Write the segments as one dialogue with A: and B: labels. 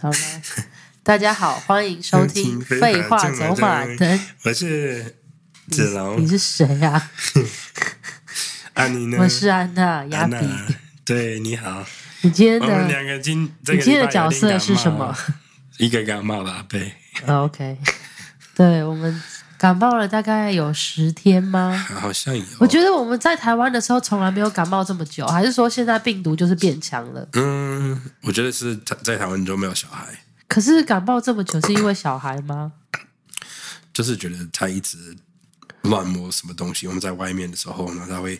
A: 好吧， 大家好，欢迎收 听《废话走马灯》
B: 我是子
A: 你
B: 龙，
A: 是谁啊？
B: 安妮呢？
A: 我是安娜亚
B: 嗯安
A: 比。
B: 娜。对，你好。
A: 你今天
B: 我们
A: 的
B: 两个今这
A: 你
B: 个
A: 今天的
B: 礼拜
A: 角
B: 有点
A: 色
B: 感
A: 是什
B: 冒
A: 么
B: 啊？一个感冒吧，对，
A: 哦 OK，对我们感冒了大概有十天吗？
B: 好像有。
A: 我觉得我们在台湾的时候从来没有感冒这么久，还是说现在病毒就是变强了？
B: 嗯，我觉得是在在台湾都没有小孩，
A: 可是感冒这么久是因为小孩吗？
B: 就是觉得他一直乱摸什么东西。我们在外面的时候，然后他会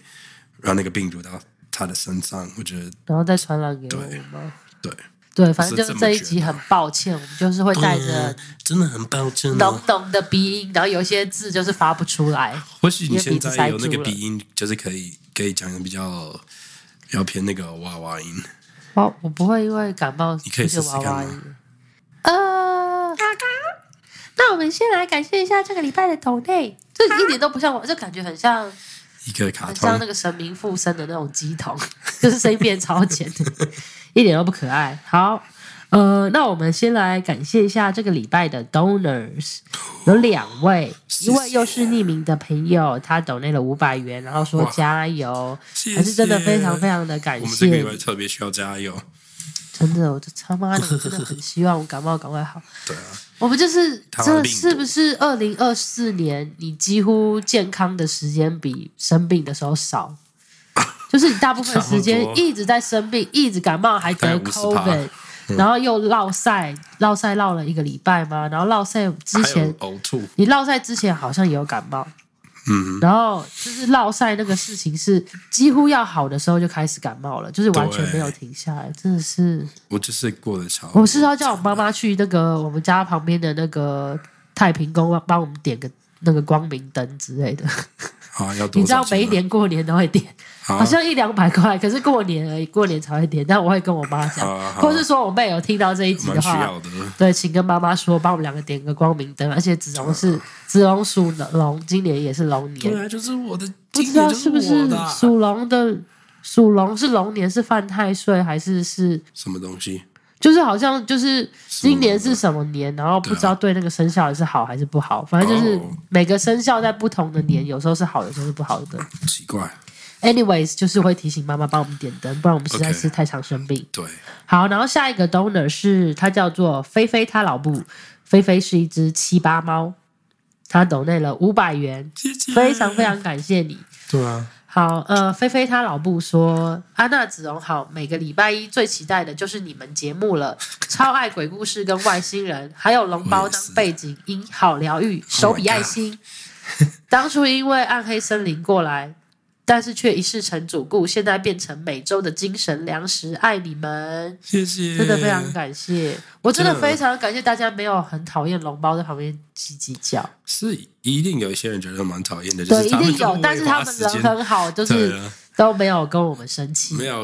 B: 让那个病毒到他的身上。我觉得
A: 然后再传染给我们吗？
B: 对，
A: 对，反正
B: 是
A: 就是
B: 这
A: 这
B: 么
A: 一
B: 觉
A: 集
B: 得
A: 很抱歉，我们就是会带着
B: 嗯真的很抱歉
A: 浓
B: 哦。
A: 浓的鼻音，然后有一些字就是发不出来。
B: 或许你
A: 因为鼻
B: 现
A: 子塞
B: 在有那
A: 住
B: 个
A: 了
B: 鼻音，就是可以可以讲的比较比较偏那个娃娃音。
A: 我我不会因为感冒
B: 你可以
A: 是
B: 试试
A: 娃
B: 看
A: 娃
B: 吗
A: 音。呃，那我们先来感谢一下这个礼拜的抖内，这一点都不像我，这感觉很像
B: 一个卡
A: 很像那
B: 通，
A: 个神明附身的那种鸡桶，就是声音变超浅， 一点都不可爱。好，呃，那我们先来感谢一下这个礼拜的 donors，有两位，一位又是匿名的朋友，他 donate 了五百元，然后说
B: 哇
A: 加油，
B: 谢谢
A: 还是真的非常非常的感
B: 我们
A: 谢
B: 这个月
A: 你，
B: 特别需要加油。
A: 真的，我这他妈 的我真的很希望我感冒赶快好。
B: 对啊，
A: 我们就是
B: 台湾
A: 这
B: 病毒
A: 是不是二零二四年你几乎健康的时间比生病的时候 少？就是你大部分时间
B: 差不多
A: 一直在生病，一直感冒，还
B: 大概
A: 得
B: 50%
A: COVID，然
B: 嗯
A: 后又落晒，落晒落了一个礼拜吗？然后落晒之
B: 还
A: 前
B: 有，呕吐，
A: 你落晒之前好像也有感冒，
B: 嗯，
A: 然后就是落晒那个事情是几乎要好的时候就开始感冒了，就是完全没有停下来，真的是。
B: 我就是过得超。
A: 我是要叫我妈妈去那个我们家旁边的那个太平宫帮帮我们点个那个光明灯之类的。
B: 啊，要多
A: 你知道
B: 少钱
A: 每一
B: 呢
A: 年过年都会点，好
B: 好
A: 像一两百块，可是过年而已，过年才会点。但我会跟我妈讲
B: 好啊，好啊
A: 或是说我妹有听到这一集的
B: 蛮需
A: 话，
B: 要的。
A: 对，啊请跟妈妈说，帮我们两个点个光明灯。而且子龙
B: 啊
A: 是子龙属龙，今年也是龙年，
B: 对啊，就是我的，
A: 不知道是不
B: 今
A: 是
B: 年就我的啊
A: 属龙的属龙是龙年是犯太岁还是是？
B: 什么东西？
A: 就是好像就是今年是什么年，然后不知道对那个生肖是好还是不好，反正就是
B: 啊哦
A: 每个生肖在不同的年，有时候是好，有时候是不好的。
B: 奇怪，
A: Anyways，就是会提醒妈妈帮我们点灯，不然我们实在
B: OK
A: 是太常生病。
B: 对，
A: 好，然后下一个 donor 是他叫做菲菲，他老母菲菲是一只七八猫，他 donate 了五百 元，
B: 谢谢
A: 非常非常感谢你。
B: 对啊，
A: 好，呃，菲菲她老布说：“安娜子荣好，每个礼拜一最期待的就是你们节目了，超爱鬼故事跟外星人，还有龙包
B: 我也
A: 当
B: 是
A: 背景音，好疗愈，手比爱 心。当初因为暗黑森林过来，但是却一世成主顾，现在变成每周的精神粮食，爱你们，
B: 谢谢，
A: 真的非常感谢，我真的
B: 真的
A: 非常感谢大家没有很讨厌龙包在旁边叽叽叫，
B: 是一定有一些人觉得蛮讨厌的，就
A: 对，
B: 是
A: 一
B: 他们
A: 定有
B: 都，
A: 但是
B: 会花
A: 他们
B: 时
A: 人
B: 间
A: 很好，就是
B: 对。”啊，
A: 都没有跟我们生气，
B: 没有，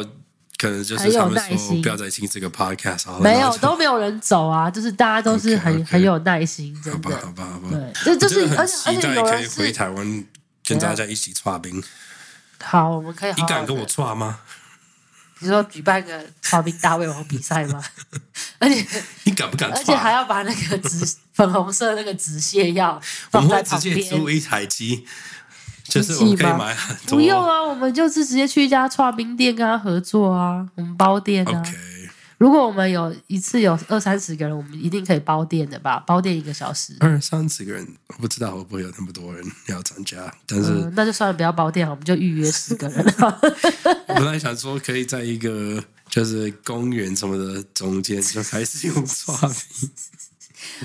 B: 可能就
A: 很
B: 是
A: 有
B: 他们
A: 耐心
B: 说不要再听这个 podcast 好了，
A: 没
B: 然
A: 有
B: 后就
A: 都没有人走啊， 就是大家都是很
B: OK，OK
A: 很有耐心，
B: 好
A: 真
B: 吧，
A: 的。
B: 好吧，好吧，
A: 对，这就
B: 我真
A: 是
B: 的
A: 而
B: 很
A: 且
B: 期
A: 而且
B: 待
A: 有
B: 可
A: 人
B: 以回
A: 是啊
B: 台湾跟大家一起刷冰，你
A: 好，我们可以好好
B: 敢
A: 地
B: 跟我刷吗？
A: 哦你说举办个刨冰大胃王比赛吗？ 而且
B: 你敢不敢
A: 而且还
B: 刷？
A: 要把那个止粉红色那个止泻药
B: 我
A: 放
B: 们
A: 在
B: 会直
A: 旁
B: 接租
A: 边。
B: 一台机，就是
A: 机器
B: 我们可以
A: 吗
B: 买很多。
A: 不用啊，我们就是直接去一家刨冰店跟他合作啊，我们包店啊。
B: OK，
A: 如果我们有一次有二三十个人，我们一定可以包店的吧？包店一个小时，
B: 二三十个人，我不知道会不会有那么多人要参加，但是
A: 嗯，那就算了，不要包店好，我们就预约十个人。
B: 我本来想说可以在一个就是公园什么的中间就开始用刷冰，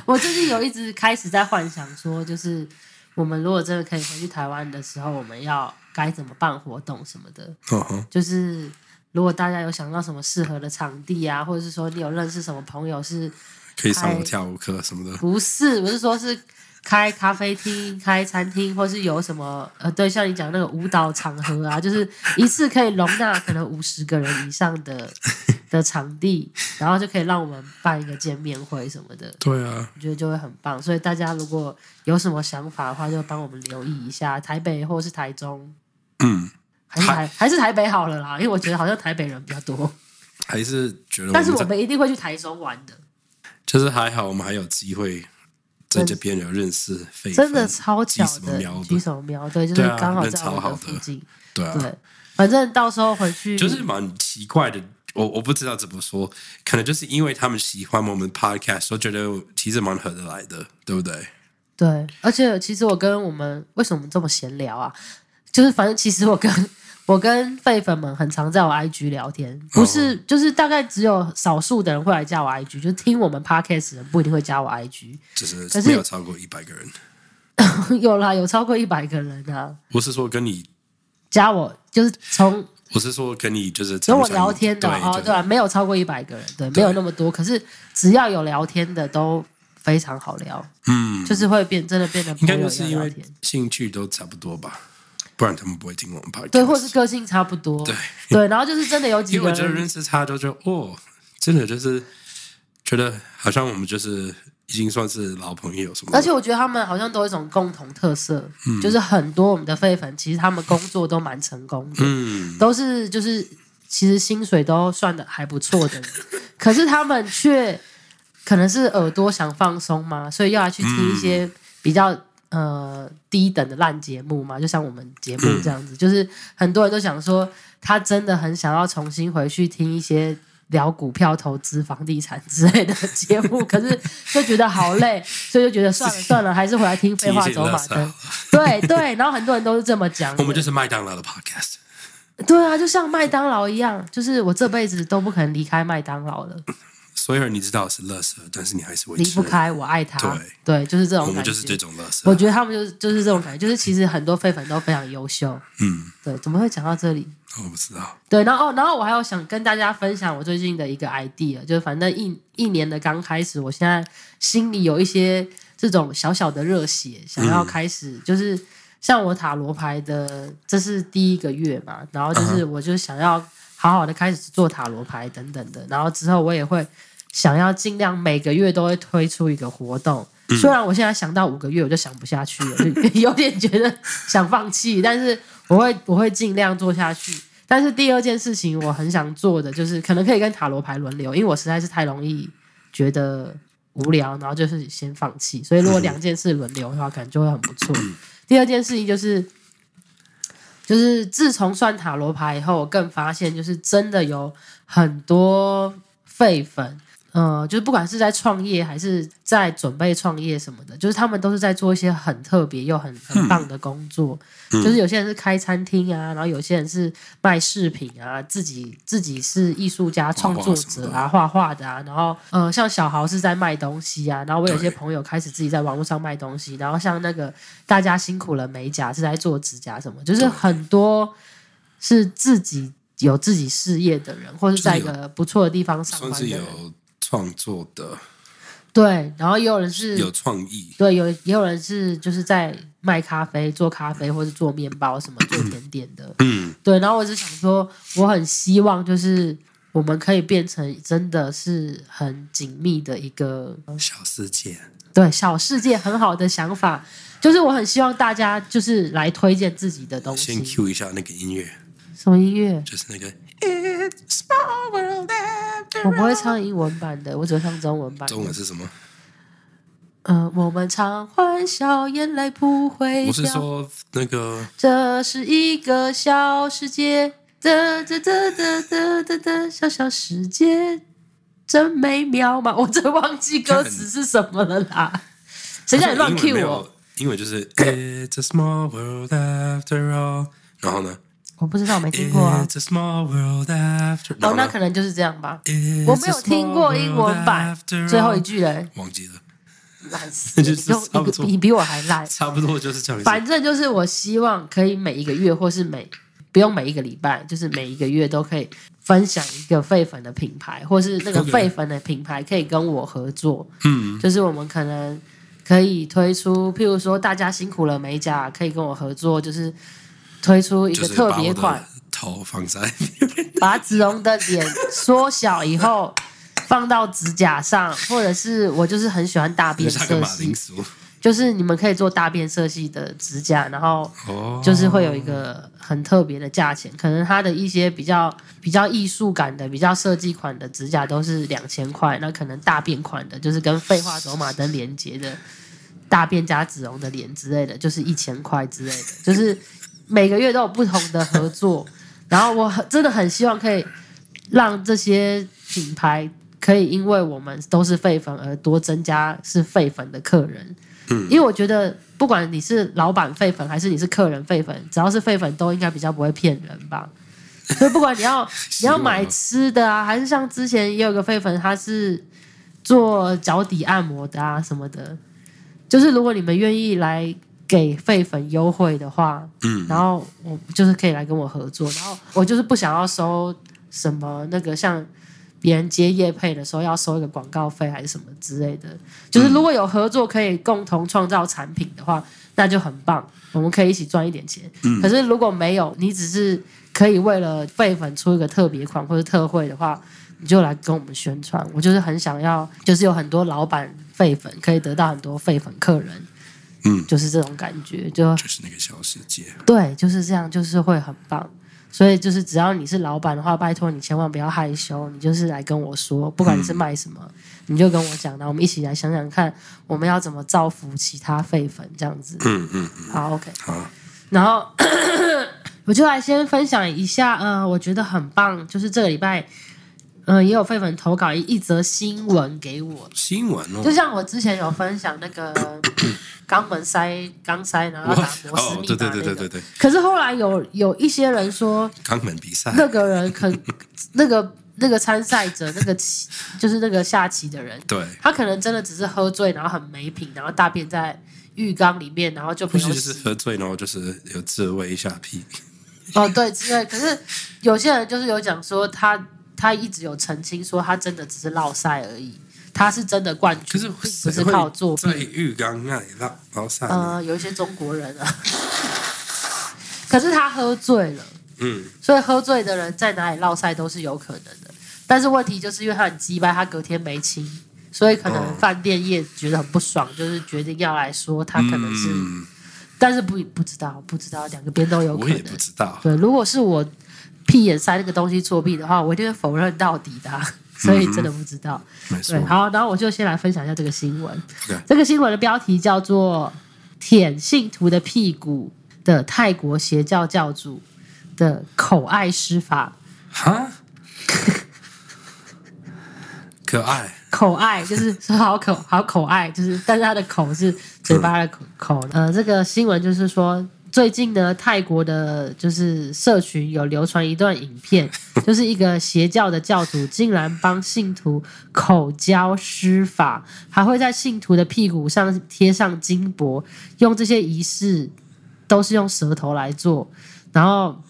A: 我最近有一直开始在幻想说，就是我们如果真的可以回去台湾的时候，我们要该怎么办活动什么的。
B: 哦吼
A: 就是如果大家有想到什么适合的场地啊，或者是说你有认识什么朋友是
B: 可以上
A: 嗨
B: 我跳舞课什么的。
A: 不是？我是说是开咖啡厅、开餐厅，或是有什么呃，对，像你讲那个舞蹈场合啊，就是一次可以容纳可能五十个人以上的的场地，然后就可以让我们办一个见面会什么的。
B: 对啊，
A: 我觉得就会很棒。所以大家如果有什么想法的话，就帮我们留意一下，台北或是台中，
B: 嗯，
A: 还是
B: 台
A: 台还是台北好了啦，因为我觉得好像台北人比较多，
B: 还是觉得
A: 但是
B: 在
A: 我们一定会去台中玩的。
B: 就是还好我们还有机会在这边有认识绯闻，
A: 真的超巧
B: 鸡什么
A: 的
B: 苗，
A: 举
B: 的，
A: 手瞄对，就是
B: 对啊
A: 刚好
B: 人
A: 在
B: 超
A: 我
B: 好
A: 们
B: 的
A: 附近，
B: 对啊，
A: 对，反正到时候回去
B: 就是蛮奇怪的。我我不知道怎么说，可能就是因为他们喜欢我们 podcast，都觉得其实蛮合得来的，对不对？
A: 对，而且其实我跟我们为什么这么闲聊啊？就是反正其实我跟我跟废粉们很常在我 IG 聊天，不
B: 哦
A: 是、就是大概只有少数的人会来加我 IG，就是听我们 podcast 的人不一定会加我 IG。
B: 就是
A: 可是
B: 没有超过一百个人。
A: 有啦，有超过一百个人啊，
B: 我是说跟你，
A: 加我就是从
B: 我是说跟你，就是
A: 跟我
B: 常常
A: 聊天的
B: 对
A: 哦，
B: 就是
A: 对啊，没有超过一百个人，对，没有那么多，可是只要有聊天的都非常好聊，嗯，就是会变真的变得
B: 应
A: 朋
B: 该
A: 友
B: 就是
A: 要
B: 因
A: 聊
B: 为
A: 天，
B: 兴趣都差不多吧，不然他们不会听我们 podcast。
A: 对，或者是个性差不多，
B: 对
A: 对，然后就是真的有几
B: 因
A: 个
B: 为我觉得
A: 人
B: 认识他都觉得哦，真的就是觉得好像我们就是已经算是老朋友什么的，
A: 而且我觉得他们好像都有一种共同特色，
B: 嗯
A: 就是很多我们的废粉其实他们工作都蛮成功的，
B: 嗯，
A: 都是就是其实薪水都算的还不错 的人，可是他们却可能是耳朵想放松嘛，所以要来去听一些
B: 嗯
A: 比较。呃，低等的烂节目嘛，就像我们节目
B: 嗯
A: 这样子，就是很多人都想说，他真的很想要重新回去听一些聊股票、投资、房地产之类的 节目，可是就觉得好累，所以就觉得算了算了，还是回来听废话走马
B: 听一些垃
A: 灯。对对，然后很多人都是这么讲的。
B: 我们就是嗯麦当劳的 podcast。
A: 对啊，就像麦当劳一样，就是我这辈子都不可能离开麦当劳了，
B: 所有人你知道是垃圾，但是你还是会
A: 离
B: 吃
A: 不。开，我爱它。对，就是这种
B: 我
A: 感觉。
B: 们就是这种垃
A: 我
B: 圾。
A: 觉得他们就是就是这种感觉，就是其实很多废粉都非常优秀。
B: 嗯，
A: 对，怎么会讲到这里？
B: 我不知道。
A: 对，然后哦然后我还有想跟大家分享我最近的一个 idea，就是反正一一年的刚开始，我现在心里有一些这种小小的热血，想要开始、就是像我塔罗牌的，这是第一个月嘛，然后就是我就想要好好的开始做塔罗牌等等的，然后之后我也会想要尽量每个月都会推出一个活动。虽然我现在想到五个月我就想不下去了， 就有点觉得想放弃，但是我会我会尽量做下去。但是第二件事情我很想做的就是，可能可以跟塔罗牌轮流，因为我实在是太容易觉得无聊，然后就是先放弃。所以如果两件事轮流的话，可能就会很不错。第二件事情就是，就是自从算塔罗牌以后，我更发现就是真的有很多废粉。呃，就是不管是在创业还是在准备创业什么的，就是他们都是在做一些很特别又很很棒的工作。就是有些人是开餐厅啊，然后有些人是卖饰品啊，自己自己是艺术家、创作者啊，画画的啊。然后
B: 嗯
A: 呃，像小豪是在卖东西啊，然后我有些
B: 对
A: 朋友开始自己在网络上卖东西，然后像那个大家辛苦了美甲是在做指甲什么，就是很多是自己有自己事业的人，或是在一个不错的地方上
B: 算
A: 班
B: 是
A: 的人，
B: 有创作的，
A: 对，然后也有人是
B: 有创意，
A: 对，有也有人是就是在卖咖啡、做咖啡或是做面包什么做甜点的，嗯，对。然后我只想说，我很希望就是我们可以变成真的是很紧密的一个
B: 小世界。
A: 对小世界很好的想法，就是我很希望大家就是来推荐自己的东
B: 先
A: 西，
B: Q 一下那个音乐，
A: 什么音乐？
B: 就是那个 It's Small World After
A: 我
B: All。
A: 不会唱英文版的，我只会唱中文版的。
B: 中文是什么？
A: 嗯、我们常欢笑，眼泪不会
B: 我是
A: 掉。
B: 说那个
A: 这是一个小世界，哒哒哒哒哒哒哒，小小世界真美妙嘛！我真忘记歌词是什么了啦。谁叫你乱
B: 英文没
A: Q
B: 有
A: 我？
B: 英文就是 It's a small world after all。然后呢
A: 我不知道，我没听过啊。
B: ？It's a small world after。然
A: 哦
B: 后，
A: 那
B: 呢
A: 可能就是这样吧。
B: ？It's a
A: 我没有听过
B: small
A: 英文版
B: world after，all
A: 最后一句嘞，
B: 忘记了，
A: 烂死了！
B: 就
A: 你
B: 是
A: 比我
B: 差不
A: 你
B: 多
A: 比你比我还烂。
B: 差不多就是这样子。
A: 反正就是我希望可以每一个月，或是每不用每一个礼拜，就是每一个月都可以分享一个废粉的品牌，或是那个
B: OK
A: 废粉的品牌可以跟我合作。嗯，就是我们可能可以推出，譬如说大家辛苦了美甲，可以跟我合作，就是推出一
B: 就
A: 个
B: 是把
A: 特
B: 我
A: 别
B: 的
A: 款，
B: 头放在
A: 把子龙的脸缩小以后。放到指甲上，或者是我就是很喜欢大便
B: 像个
A: 色
B: 马
A: 系
B: 铃，薯，
A: 就是你们可以做大变色系的指甲，然后
B: 哦，
A: 就是会有一个很特别的价钱，可能它的一些比较比较艺术感的、比较设计款的指甲都是两千块，那可能大便款的，就是跟废话走马灯连接的大便加子龙的脸之类的，就是一千块之类的，就是每个月都有不同的合作。然后我很真的很希望可以让这些品牌可以因为我们都是废粉而多增加是废粉的客人。嗯，因为我觉得不管你是老板废粉还是你是客人废粉，只要是废粉都应该比较不会骗人吧。所以不管你要你要买吃的啊，还是像之前也有个废粉，他是做脚底按摩的啊什么的，就是如果你们愿意来给废粉优惠的话，
B: 嗯，
A: 然后我就是可以来跟我合作，然后我就是不想要收什么那个像别人接业配的时候要收一个广告费还是什么之类的，就是如果有合作可以共同创造产品的话，那就很棒，我们可以一起赚一点钱。可是如果没有，你只是可以为了废粉出一个特别款或者特惠的话，你就来跟我们宣传。我就是很想要，就是有很多老板废粉可以得到很多废粉客人，
B: 嗯，
A: 就是这种感觉，就
B: 就是那个小世界，
A: 对，就是这样，就是会很棒。所以就是只要你是老板的话，拜托你千万不要害羞，你就是来跟我说，不管你
B: 嗯
A: 是卖什么，你就跟我讲，然后我们一起来想想看，我们要怎么造福其他废粉这样子。
B: 嗯嗯，
A: 好，OK。
B: 好，
A: 然后 我就来先分享一下，呃，我觉得很棒，就是这个礼拜，呃，也有废粉投稿一一则新闻给我，
B: 新闻哦
A: 就，像我之前有分享那个 肛门塞肛塞，然后要打摩斯密码、那
B: 哦
A: 个，
B: 对对对对对对，
A: 可是后来有有一些人说，
B: 肛门比赛，
A: 那个人可 那个那个参赛者，那个棋就是那个下棋的人，
B: 对，
A: 他可能真的只是喝醉，然后很没品，然后大便在浴缸里面，然后就
B: 或
A: 没
B: 许
A: 有
B: 就是
A: 洗。
B: 喝醉，然后就是有自慰一下屁，
A: 哦，对，之类。可是有些人就是有讲说他。他一直有澄清说，他真的只是落赛而已，他是真的冠
B: 可
A: 军，
B: 是
A: 并
B: 谁
A: 不是
B: 会
A: 靠作弊
B: 在。浴缸那里拉拉塞呢，
A: 呃，有一些中国人啊， 可是他喝醉了，
B: 嗯，
A: 所以喝醉的人在哪里落赛都是有可能的。但是问题就是因为他很鸡掰，他隔天没清，所以可能
B: 哦
A: 饭店业觉得很不爽，就是决定要来说他可能是，
B: 嗯
A: 但是不不知道不知道两个边都有可
B: 我也
A: 能
B: 不。知道，
A: 对，如果是我屁眼塞那个东西作弊的话，我一定会否认到底的啊、所以真的不知道。
B: 没错
A: 对，，好，然后我就先来分享一下这个新闻。
B: OK
A: 这个新闻的标题叫做“舔信徒的屁股的泰国邪教教主的口爱施法
B: 哈， 可爱，”。
A: 口爱 就是说好口好口爱，就是但是他的口是嘴巴的口口。呃，这个新闻就是说，最近呢，泰国的就是社群有流传一段影 片，就是一个邪教的教主竟然帮信徒口交施法，还会在信徒的屁股上贴上金箔，用这些仪式都是用舌头来做，然后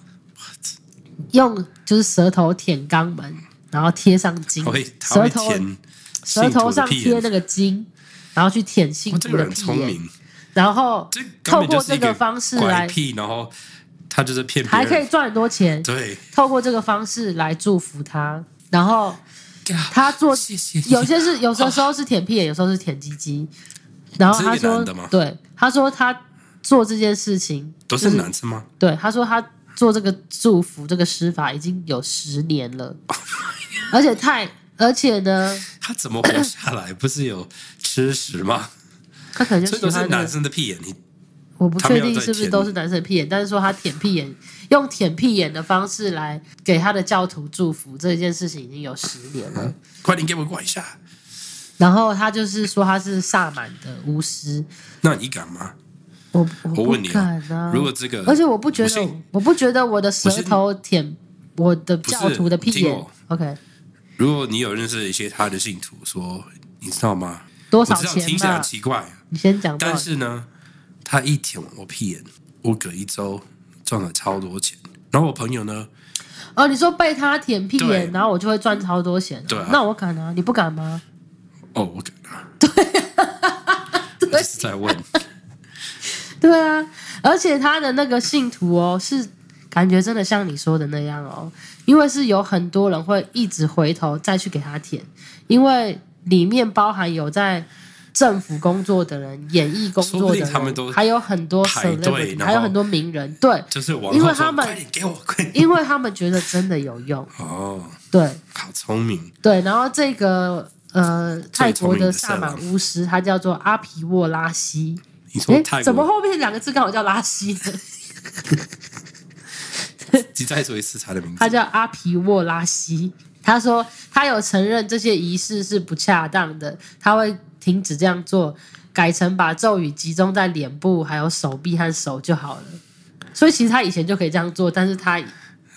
A: 用就是舌头舔肛门，然后贴上金
B: 他会，他
A: 嗯舌
B: 会
A: 头
B: 舔
A: 舌头上
B: 信徒的屁
A: 贴
B: 眼
A: 那个金，然后去舔信
B: 哇这
A: 徒
B: 个
A: 的
B: 人很
A: 屁
B: 聪
A: 眼，
B: 明，
A: 然后
B: 这根
A: 透
B: 本就
A: 过
B: 是
A: 这
B: 一个
A: 方式
B: 拐
A: 来，
B: 屁，然后他就是骗别
A: 还
B: 人，
A: 可以赚很多钱。
B: 对
A: 透过这个方式来祝福他，然后
B: 呀，
A: 他做
B: 谢谢你
A: 有些是有的时 候是舔屁眼，有时候是舔鸡鸡。然后他
B: 哦这是一个
A: 说
B: 男的吗，
A: 对，他说他做这件事情
B: 都是男生吗？
A: 对，他说他做这个祝福这个施法已经有十年了，
B: 哦
A: 而且太而且呢，
B: 他怎么活下来？不是有吃食吗？
A: 他可能就
B: 所以
A: 喜
B: 都
A: 欢
B: 是
A: 那
B: 男
A: 个。
B: 生的屁眼，你
A: 我不
B: 他
A: 确
B: 没有
A: 定
B: 在
A: 是不是
B: 舔
A: 都是男生的屁眼，但是说他舔屁眼，用舔屁眼的方式来给他的教徒祝福这件事情已经有十年了。
B: 快点给我过一下。
A: 然后他就是说他是萨满的巫师，
B: 那你敢吗？
A: 我
B: 我
A: 不
B: 问你啊
A: 敢啊。
B: 如果这个，
A: 而且我不觉得
B: 不信，
A: 我不觉得我的舌头舔我的教徒的屁
B: 不是
A: 眼
B: 听
A: ，OK，
B: 如果你有认识一些他的信徒，说你知道吗？
A: 多
B: 我
A: 少
B: 知道
A: 钱
B: 听起来
A: 嘛
B: 很？奇怪，
A: 你先讲多少
B: 但
A: 钱？
B: 是呢，他一舔我屁眼，我隔一周赚了超多钱。然后我朋友呢，
A: 哦，你说被他舔屁眼，
B: 对
A: 然后我就会赚超多钱、
B: 对啊
A: 那我敢啊，你不敢吗？
B: 哦，我敢 啊，
A: 啊
B: 对， 我就是在问，
A: 对啊，而且他的那个信徒哦，是感觉真的像你说的那样哦，因为是有很多人会一直回头再去给他舔，因为里面包含有在政府工作的人、演艺工
B: 说
A: 作
B: 不
A: 的
B: 定
A: 人，
B: 他们都
A: 还有很多
B: 排队
A: celebrity，
B: 然后
A: 还有很多名人，对，
B: 就是往
A: 因
B: 后
A: 为他
B: 说
A: 们
B: 快点给我，快点
A: 因为他们觉得真的有 用，
B: 哦，
A: 对
B: 好聪明，
A: 对。然后这个呃，泰国的萨满
B: 最聪明
A: 巫师，他叫做阿皮沃拉西，
B: 你说泰
A: 诶，
B: 国
A: 怎么后面两个字刚好叫拉西呢？
B: 你再说一次他的名字
A: 他，叫阿皮沃拉西。他说他有承认这些仪式是不恰当的，他会停止这样做，改成把咒语集中在脸部、还有手臂和手就好了。所以其实他以前就可以这样做，但是他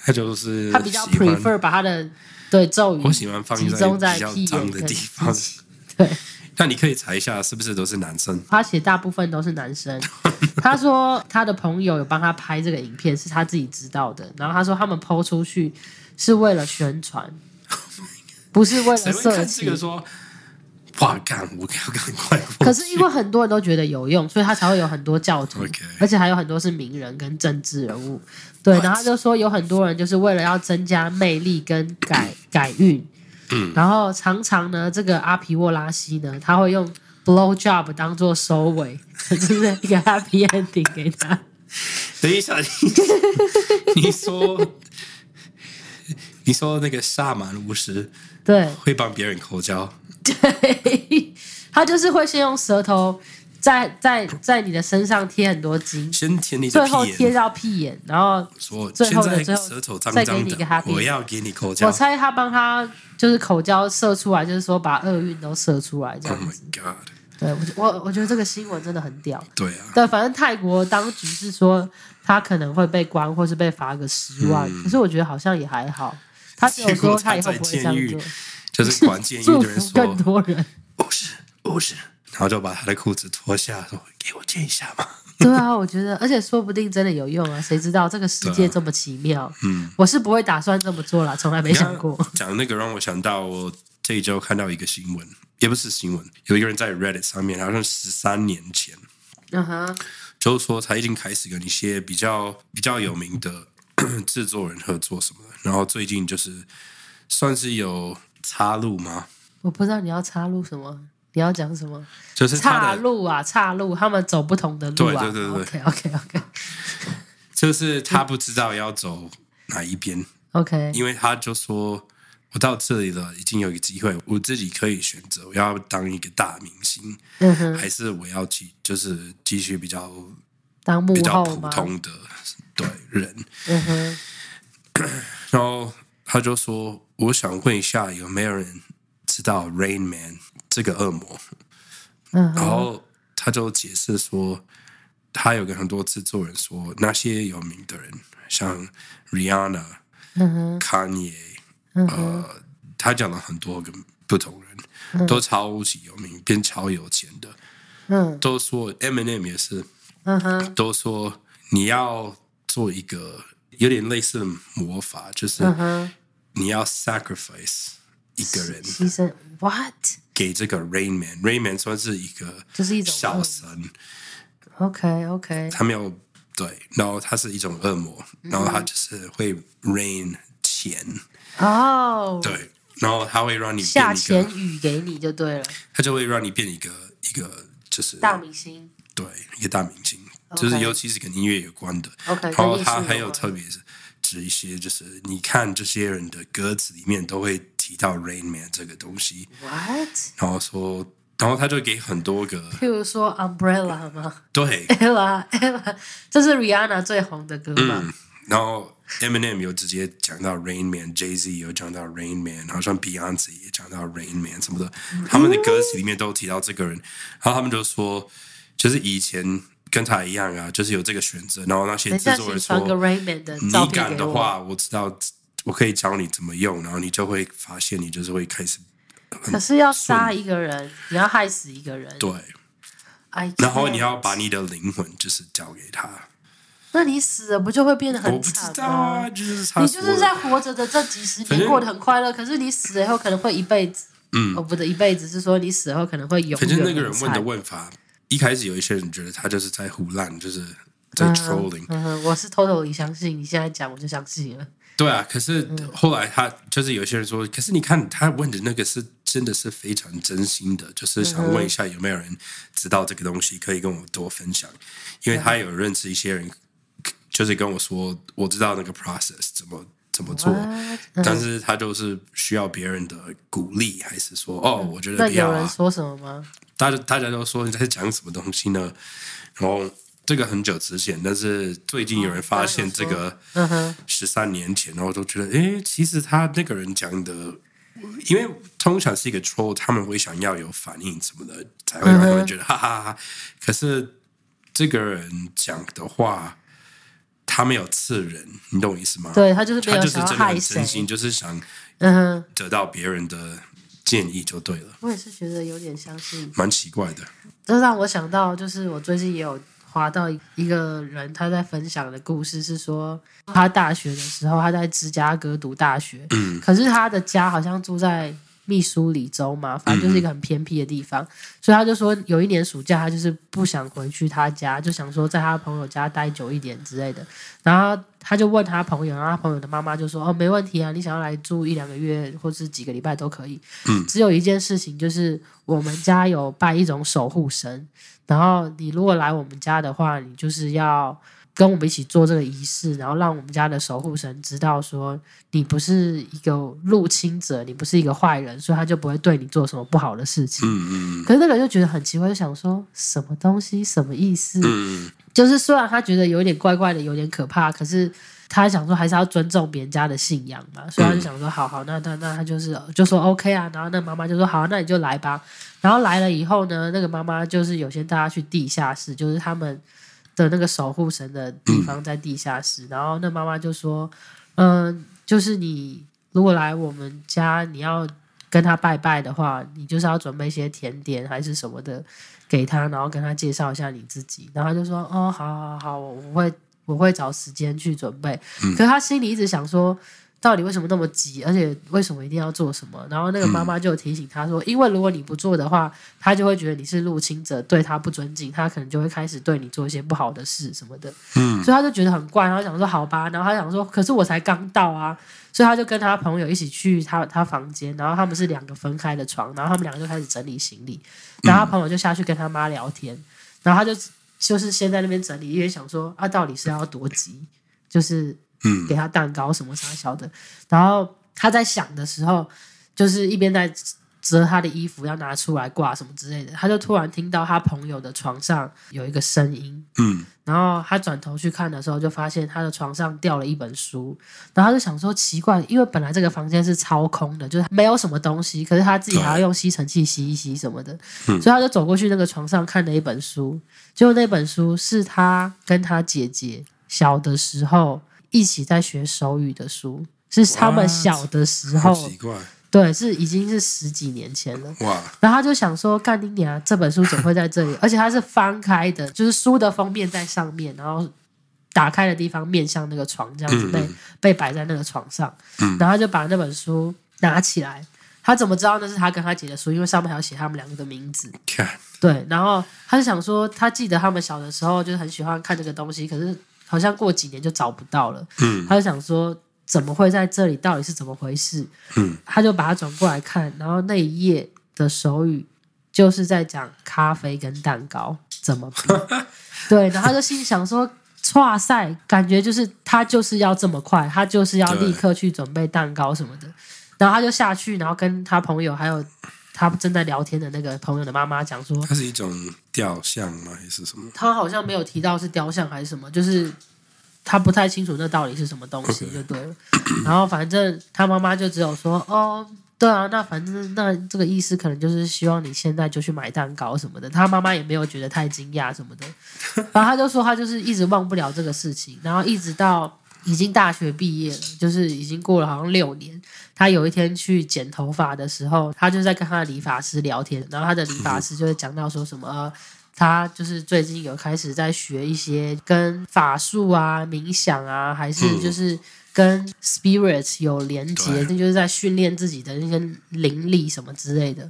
B: 他就是
A: 他比较
B: 喜欢
A: prefer 把他的对咒语
B: 我喜欢放
A: 集
B: 在
A: 中在
B: 比较
A: 屁眼
B: 脏的
A: 跟
B: 地方。
A: 对，
B: 那你可以查一下，是不是都是男生？
A: 他写大部分都是男 生。他说他的朋友有帮他拍这个影片，是他自己知道的。然后他说他们抛出去是为了宣 传，不是为了
B: 谁会
A: 色
B: 看这
A: 情
B: 个。说？哇，干！我要赶快过去。
A: 可是因为很多人都觉得有用，所 以他才会有很多教徒
B: OK
A: 而且还有很多是名人跟政治人物。对，然后他就说有很多人就是为了要增加魅力跟改 改运，嗯，然后常常呢，这个阿皮沃拉西呢，他会用 blow job 当做收尾， 就是一个 happy ending 给他。
B: 等一下， 你你说，你说那个萨满巫师
A: 对，
B: 会帮别人口交，
A: 他就是会先用舌头在在在你的身上贴很多金，
B: 先舔你的
A: 最后
B: 屁
A: 贴
B: 眼，
A: 到屁眼，然后
B: 说
A: 最
B: 现
A: 后的
B: 在
A: 最后
B: 舌头脏
A: 再给
B: 脏
A: 你一个
B: 的，
A: happy
B: 我要给你口交
A: 我。猜他帮他就是口交射出来，就是说把厄运都射出来这
B: Oh
A: 样
B: my
A: 子。
B: god！
A: 对我觉我我觉得这个新闻真的很屌。
B: 对啊，
A: 对，反正泰国当局是说他可能会被关，或是被罚个十万，可是我觉得好像也还好。他只有
B: 结
A: 说
B: 果
A: 他
B: 嗯他
A: 以后
B: 在
A: 不会这样
B: 监狱
A: 做，，
B: 就是管监狱
A: 祝
B: 的人
A: 福更多
B: 说
A: 人。
B: 五十五十，然后就把他的裤子脱下，说给我见一下嘛。
A: 对啊，我觉得，而且说不定真的有用啊，谁知道这个世界这么奇妙？嗯，我是不会打算这么做啦，从来没想过。
B: 讲那个让我想到，我这一周看到一个新闻，也不是新闻，有一个人在 Reddit 上面，好像十三年前，
A: 嗯哼，
B: 就是说他已经开始跟一些比较比较有名的 制作人合作什么的，然后最近就是算是有插入吗？
A: 我不知道你要插入什么，你要讲什么？
B: 就是
A: 岔
B: 他的，
A: 路啊，岔路，他们走不同的路啊。
B: 对对对
A: OK OK OK
B: 就是他不知道要走哪一边，
A: OK，
B: 因为他就说。我到这里了，已经有一个机会，我自己可以选择，我要当一个大明星，
A: 嗯哼，
B: 还是我要继就是继续比较
A: 当幕
B: 比较
A: 后
B: 普
A: 嘛，
B: 通的对人，
A: 嗯哼，
B: 然后他就说：“我想问一下，有没有人知道 Rain Man 这个恶魔
A: 嗯？”哼，
B: 然后他就解释说，他有跟很多制作人说，那些有名的人，像 Rihanna、
A: 嗯哼，
B: Kanye，
A: 嗯
B: 呃，他讲了很多个不同人，都超级有名，变超有钱的，
A: 嗯
B: 都说 Eminem 也是，
A: 嗯哼，
B: 都说你要做一个有点类似魔法，就是
A: 嗯哼，
B: 你要 sacrifice 一个人
A: 牺牲 What？
B: 给这个 Rain Man，Rain Man 算是一个
A: 就是一种
B: 小神，
A: OK OK，
B: 他没有对，然后他是一种恶魔，
A: 嗯
B: 然后他就是会 rain 钱，
A: 哦，
B: 对，然后他会让你
A: 下
B: 变一
A: 钱
B: 个，
A: 雨给你就对了，
B: 他就会让你变一个一个就是
A: 大明星。
B: 对一个大明星，
A: OK
B: 就是尤其是跟音乐有关的。
A: OK，跟
B: 然后
A: 艺术
B: 他还
A: 有
B: 有
A: 关
B: 特别是指一些，就是你看这些人的歌词里面都会提到 Rain Man 这个东西，
A: What？
B: 然后说，然后他就给很多个
A: 譬如说 Umbrella 吗
B: 对，
A: ？Ella Ella，这 是 Rihanna 最红的歌
B: 嗯
A: 嘛？
B: 然后 Eminem 有直接讲到 Rain Man，Jay Z 有讲到 Rain Man，好像 Beyonce 也讲到 Rain Man 什么的，他们的歌词里面都提到这个人，然后他们就说，就是以前跟他一样啊，就是有这个选择，然后那些
A: 等一
B: 制
A: 下，
B: 作
A: 请
B: 人
A: 传个
B: 说，
A: Raymond 的照片
B: 你敢
A: 给
B: 的
A: 我。
B: 话，我知道我可以教你怎么用，然后你就会发现你就是会开始
A: 可是要杀一个人，你要害死一个人。
B: 嗯 对，
A: I can't
B: 然后你要把你的灵魂就是交给他，
A: 那你死了不就会变得
B: 我
A: 很
B: 不知
A: 惨
B: 道
A: 吗
B: 啊，？就是他
A: 你
B: 说
A: 就是
B: 的
A: 在活着的这几十
B: 反
A: 年
B: 正
A: 过得很快乐，可是你死了以后可能会一辈子。嗯，哦，不对，一辈子是说你死后可能会永远
B: 反正那个人
A: 很
B: 问
A: 惨
B: 的问法，一开始有一些人觉得他就是在胡乱，就是在 trolling，、
A: 嗯哼，我是偷偷 t 相信，你现在讲我就相信了。嗯
B: 对啊。可是后来他就是有些人说，可是你看他问的那个是真的是非常真心的，就是想问一下有没有人知道这个东西，可以跟我多分享，因为他有认识一些人，就是跟我说我知道那个 process 怎么怎么做
A: 嗯 What？
B: 但是他就是需要别人的鼓励，还是说哦，我觉得
A: 嗯那
B: 不要
A: 有
B: 啊，
A: 人说什么吗？
B: 大家大家都说你在讲什么东西呢？ 然后这个很久之前，但是最近有人发现这个
A: 嗯
B: 十三年前，然后都觉得，诶，其实他那个人讲的，因为通常是一个 troll，他们会想要有反应什么的，才会让他们觉得、
A: 嗯
B: 哈哈哈哈。可是这个人讲的话，他没有刺人，你懂我意思吗？
A: 对他就是没
B: 他
A: 有
B: 就是
A: 想要
B: 真的
A: 害
B: 很
A: 谁
B: 真。心，就是想
A: 嗯哼，
B: 得到别人的建议就对了，
A: 我也是觉得有点相信
B: 蛮奇怪的。
A: 这让我想到，就是我最近也有划到一个人他在分享的故事，是说他大学的时候，他在芝加哥读大学，可是他的家好像住在密苏里州嘛，反正就是一个很偏僻的地方，所以他就说有一年暑假，他就是不想回去他家，就想说在他朋友家待久一点之类的。然后他就问他朋友，然后他朋友的妈妈就说：“哦，没问题啊，你想要来住一两个月或是几个礼拜都可以。只有一件事情，就是我们家有拜一种守护神，然后你如果来我们家的话，你就是要跟我们一起做这个仪式，然后让我们家的守护神知道说你不是一个入侵者，你不是一个坏人，所以他就不会对你做什么不好的事情。
B: 嗯嗯
A: 可是那个人就觉得很奇怪，就想说什么东西，什么意思？
B: 嗯，
A: 就是虽然他觉得有点怪怪的，有点可怕，可是他想说还是要尊重别人家的信仰嘛，所以他就想说，好好，那那那他就是就说 OK 啊，然后那妈妈就说好，那你就来吧。然后来了以后呢，那个妈妈就是有先带他去地下室，就是他们的那个守护神的地方在地下室，然后那妈妈就说，嗯、就是你如果来我们家，你要跟他拜拜的话，你就是要准备一些甜点还是什么的给他，然后跟他介绍一下你自己。然后他就说：“哦，好好好，我我会我会找时间去准备。可是他心里一直想说。到底为什么那么急？而且为什么一定要做什么？然后那个妈妈就有提醒他说：“因为如果你不做的话，他就会觉得你是入侵者，对他不尊敬，他可能就会开始对你做一些不好的事什么的。”嗯，所以他就觉得很怪，然后想说：“好吧。”然后他想说：“可是我才刚到啊，所以他就跟他朋友一起去他他房间，然后他们是两个分开的床，然后他们两个就开始整理行李，然后他朋友就下去跟他妈聊天，然后他就就是先在那边整理，因为想说啊，到底是要多急，就是
B: 嗯
A: 给他蛋糕什么啥小的，然后他在想的时候，就是一边在折他的衣服要拿出来挂什么之类的，他就突然听到他朋友的床上有一个声音，
B: 嗯
A: 然后他转头去看的时候，就发现他的床上掉了一本书，然后他就想说奇怪，因为本来这个房间是超空的，就是没有什么东西，可是他自己还要用吸尘器吸一吸什么的，
B: 嗯
A: 所以他就走过去那个床上看了一本书，结果那本书是他跟他姐姐小的时候一起在学手语的书，是他们
B: What？
A: 小的时
B: 嗯，
A: 候
B: 好，奇怪，
A: 对，是已经是十几年前了。
B: 哇，
A: 然后他就想说：“干你娘！这本书怎么会在这里？而且它是翻开的，就是书的封面在上面，然后打开的地方面向那个床，这样
B: 嗯
A: 子被、被摆在那个床上。然后他就把那本书拿起来。他怎么知道那是他跟他姐的书？因为上面还有写他们两个的名字。
B: 看，
A: 对，然后他就想说，他记得他们小的时候就是很喜欢看这个东西，可是好像过几年就找不到了。
B: 嗯，
A: 他就想说，怎么会在这里？到底是怎么回事？
B: 嗯，
A: 他就把它转过来看，然后那一页的手语就是在讲咖啡跟蛋糕怎么 拼。对，然后他就心里想说。哇塞，感觉就是他就是要这么快，他就是要立刻去准备蛋糕什么的。然后他就下去，然后跟他朋友还有他正在聊天的那个朋友的妈妈讲说：“
B: 它是一种雕像吗？还是什么？
A: 他好像没有提到是雕像还是什么，就是他不太清楚那到底是什么东西，就对了。然后反正他妈妈就只有说，哦，对啊，那反正那这个意思可能就是希望你现在就去买蛋糕什么的。他妈妈也没有觉得太惊讶什么的，然后他就说他就是一直忘不了这个事情，然后一直到已经大学毕业了，就是已经过了好像六年。他有一天去剪头发的时候，他就在跟他的理发师聊天，然后他的理发师就会讲到说什么。呃他就是最近有开始在学一些跟法术啊、冥想啊，还是就是跟 spirit 有连接，
B: 对
A: 那就是在训练自己的那些灵力什么之类的。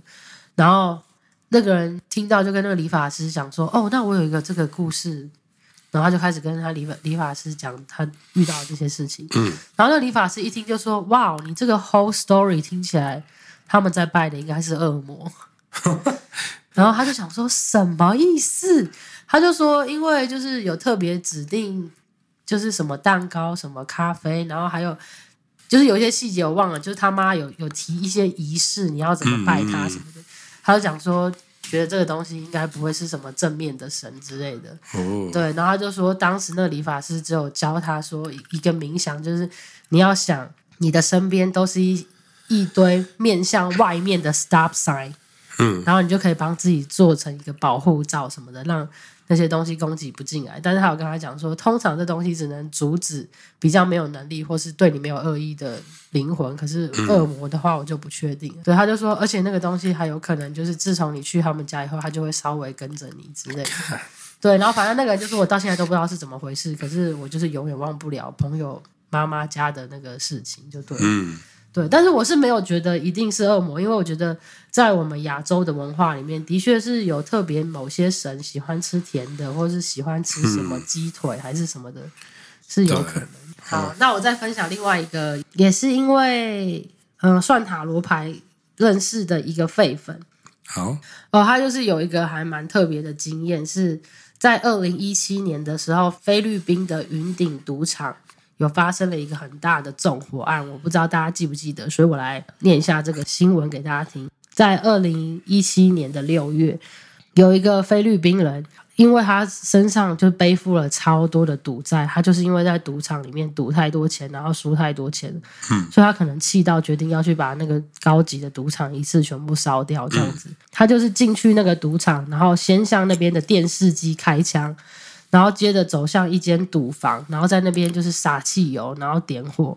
A: 然后那个人听到就跟那个理发师讲说：“哦，那我有一个这个故事。”然后他就开始跟他理发理发师讲他遇到的这些事情。
B: 嗯，
A: 然后那个理发师一听就说：“哇，你这个 whole story 听起来他们在拜的应该是恶魔。 然后他就想说什么意思？他就说，因为就是有特别指定，就是什么蛋糕、什么咖啡，然后还有就是有一些细节我忘了，就是他妈有有提一些仪式，你要怎么拜他什么的。他就讲说，觉得这个东西应该不会是什么正面的神之类的。
B: 哦，
A: 对，然后他就说，当时那个理发师只有教他说一一个冥想，就是你要想你的身边都是一一堆面向外面的 stop sign，
B: 嗯，
A: 然后你就可以帮自己做成一个保护罩什么的，让那些东西供给不进来。但是他有跟他讲说，通常这东西只能阻止比较没有能力或是对你没有恶意的灵魂，可是恶魔的话我就不确定。对，他就说，而且那个东西还有可能就是自从你去他们家以后，他就会稍微跟着你之类的。对，然后反正那个人就是我到现在都不知道是怎么回事，可是我就是永远忘不了朋友妈妈家的那个事情，就对了。
B: 嗯
A: 对，但是我是没有觉得一定是恶魔，因为我觉得在我们亚洲的文化里面，的确是有特别某些神喜欢吃甜的，或是喜欢吃什么鸡腿还是什么的，是有可能。好，那我再分享另外一个，也是因为嗯、呃算塔罗牌认识的一个废粉，
B: 好，
A: 哦，他就是有一个还蛮特别的经验，是在二零一七年的时候，菲律宾的云顶赌场有发生了一个很大的纵火案，我不知道大家记不记得，所以我来念一下这个新闻给大家听。在二零一七年的六月，有一个菲律宾人，因为他身上就背负了超多的赌债，他就是因为在赌场里面赌太多钱，然后输太多钱，所以他可能气到决定要去把那个高级的赌场一次全部烧掉，这样子。他就是进去那个赌场，然后先向那边的电视机开枪，然后接着走向一间赌房，然后在那边就是撒汽油，然后点火。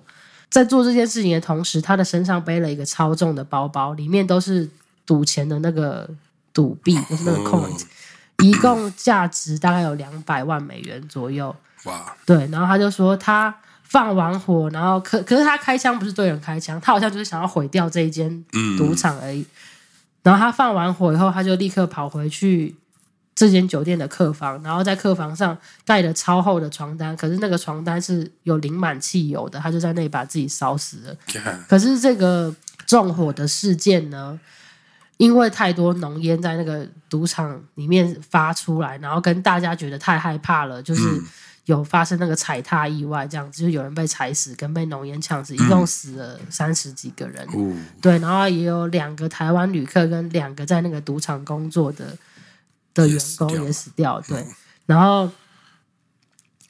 A: 在做这件事情的同时，他的身上背了一个超重的包包，里面都是赌钱的那个赌币，就是那个
B: 哦
A: coins，、一共价值大概有两百万美元左右。
B: 哇，
A: 对，然后他就说他放完火，然后可可是他开枪不是对人开枪，他好像就是想要毁掉这一间
B: 嗯
A: 赌场而已。然后他放完火以后，他就立刻跑回去这间酒店的客房，然后在客房上盖了超厚的床单，可是那个床单是有淋满汽油的，他就在那里把自己烧死了。
B: 干
A: 可是这个纵火的事件呢，因为太多浓烟在那个赌场里面发出来，然后跟大家觉得太害怕了，就是有发生那个踩踏意外，这样子就是有人被踩死跟被浓烟呛死，一共死了三十几个人。
B: 哦，
A: 对，然后也有两个台湾旅客跟两个在那个赌场工作的的
B: 也
A: 员
B: 死
A: 工
B: 掉嗯
A: 也死掉，对，然后。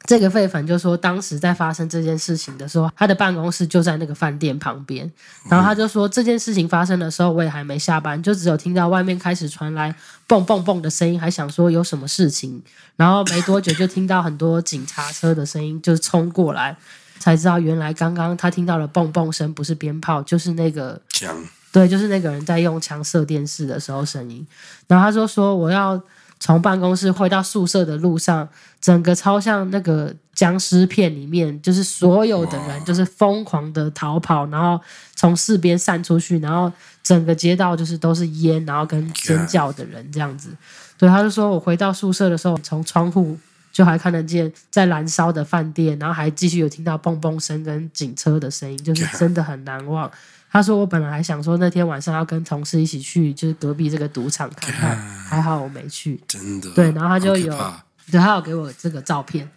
A: 这个费粉就说，当时在发生这件事情的时候，他的办公室就在那个饭店旁边。然后他就说，这件事情发生的时候，我也还没下班，就只有听到外面开始传来蹦蹦蹦的声音，还想说有什么事情。然后没多久就听到很多警察车的声音，就是冲过来，才知道原来刚刚他听到的蹦蹦声不是鞭炮，就是那个
B: 讲
A: 对，就是那个人在用枪射电视的时候声音。然后他就说我要从办公室回到宿舍的路上，整个超像那个僵尸片里面，就是所有的人就是疯狂的逃跑，然后从四边散出去，然后整个街道就是都是烟，然后跟尖叫的人这样子。对，他就说我回到宿舍的时候，从窗户。就还看得见在燃烧的饭店，然后还继续有听到蹦蹦声跟警车的声音，就是真的很难忘。他说：“我本来还想说那天晚上要跟同事一起去，就是隔壁这个赌场看看，还好我没去。
B: 真的，
A: 对然后他就
B: 好可
A: 有
B: 怕
A: 对，他有给我这个照片，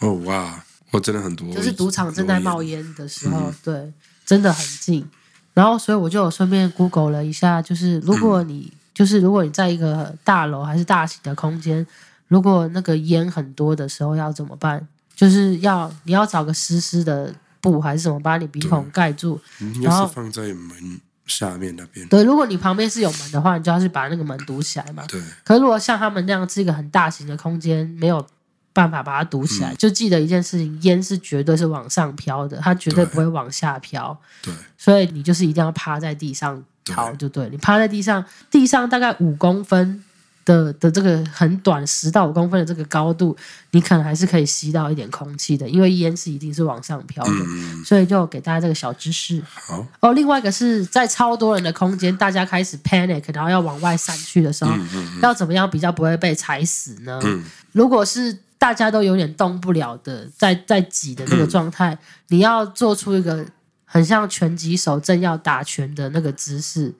B: 哦哇，我真的很多，
A: 就是赌场正在冒
B: 烟，
A: 烟的时候，对，真的很近。然后，所以我就有顺便 Google 了一下，就是如果你、就是如果你在一个大楼还是大型的空间，如果那个烟很多的时候要怎么办？就是要你要找个湿湿的布还是什么把你鼻孔盖住，
B: 嗯应
A: 然
B: 该
A: 后
B: 是放在门下面那边，
A: 对，如果你旁边是有门的话，你就要去把那个门堵起来嘛。
B: 对，
A: 可是如果像他们那样是一个很大型的空间，没有办法把它堵
B: 嗯
A: 起来，就记得一件事情：烟是绝对是往上飘的，它绝对
B: 对
A: 不会往下飘。
B: 对，
A: 所以你就是一定要趴在地上
B: 对
A: 逃，就对。你趴在地上，地上大概五公分的的这个很短，十到五公分的这个高度，你可能还是可以吸到一点空气的，因为烟是一定是往上飘的。
B: 嗯，
A: 所以就给大家这个小知识。
B: 好，
A: 哦，另外一个是在超多人的空间，大家开始 panic，然后要往外散去的时
B: 嗯
A: 候，要怎么样比较不会被踩死呢？如果是大家都有点动不了的，在在挤的那个状态，你要做出一个很像拳击手正要打拳的那个姿势，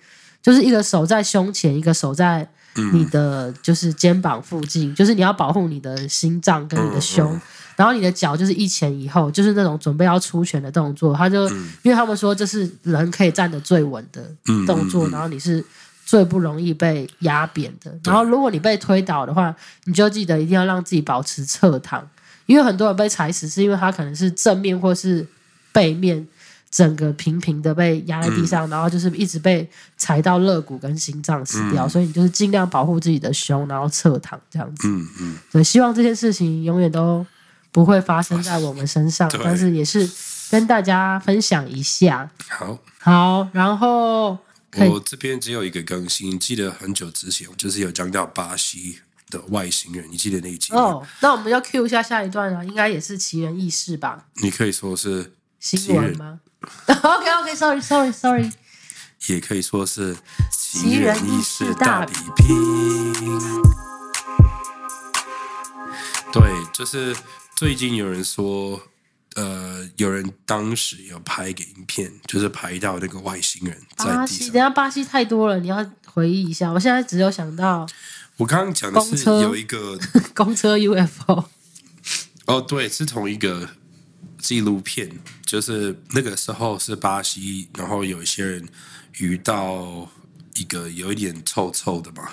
A: 就是一个手在胸前，一个手在你的就是肩膀附近，就是你要保护你的心脏跟你的胸，然后你的脚就是一前一后，就是那种准备要出拳的动作。他就、因为他们说这是人可以站得最稳的
B: 嗯
A: 动作，然后你是。最不容易被压扁的。然后，如果你被推倒的话，你就记得一定要让自己保持侧躺，因为很多人被踩死是因为他可能是正面或是背面整个平平的被压在地
B: 嗯
A: 上，然后就是一直被踩到肋骨跟心脏死掉，所以你就是尽量保护自己的胸，然后侧躺这样子。
B: 嗯嗯，
A: 对，希望这件事情永远都不会发生在我们身上
B: 对，
A: 但是也是跟大家分享一下。
B: 好。
A: 好，然后可以
B: 我这边只有一个更新，记得很久之前就是有讲到巴西的外星人，你记得那一集吗？
A: 哦，那我们要 Q 一下下一段啊，应该也是奇人异事吧？
B: 你可以说是
A: 新闻吗 ？OK OK Sorry Sorry Sorry，
B: 也可以说是奇
A: 奇
B: 人
A: 人
B: 异
A: 异
B: 事
A: 事
B: 大
A: 大
B: 比
A: 比
B: 拼。对，就是最近有人说，呃，有人当时有拍一个影片，就是拍到那个外星人在
A: 巴
B: 地
A: 西，
B: 上
A: 等一。下巴西太多了，你要回忆一下。我现在只有想到
B: 我刚刚讲的
A: 公
B: 是
A: 车
B: 有一个，
A: 公车 UFO，
B: 哦，对，是同一个纪录片，就是那个时候是巴西，然后有一些人遇到一个有一点臭臭的嘛，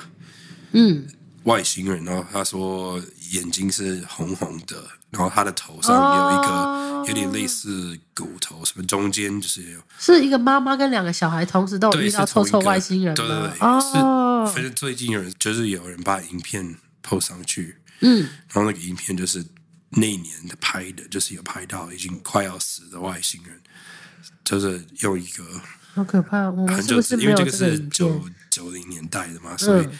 A: 嗯，
B: 外星人，然后他说眼睛是红红的，然后他的头上有一个
A: 哦
B: 有点类似骨头，什么中间就是有
A: 是一个妈妈跟两个小孩同时都有
B: 对
A: 遇
B: 是
A: 到臭
B: 同一个
A: 臭外星人
B: 对对
A: 吗
B: 对，？是
A: 哦
B: 反，正最近有人就是有人把影片 PO 上去，
A: 嗯，
B: 然后那个影片就是那一年的拍的，就是有拍到已经快要死的外星人，就是用一个
A: 好可怕！我们
B: 很
A: 是
B: 久
A: 不
B: 之，
A: 是
B: 因
A: 没
B: 为
A: 有
B: 这个
A: 这
B: 是
A: 影片？
B: 九九零年代的嘛，所以
A: 嗯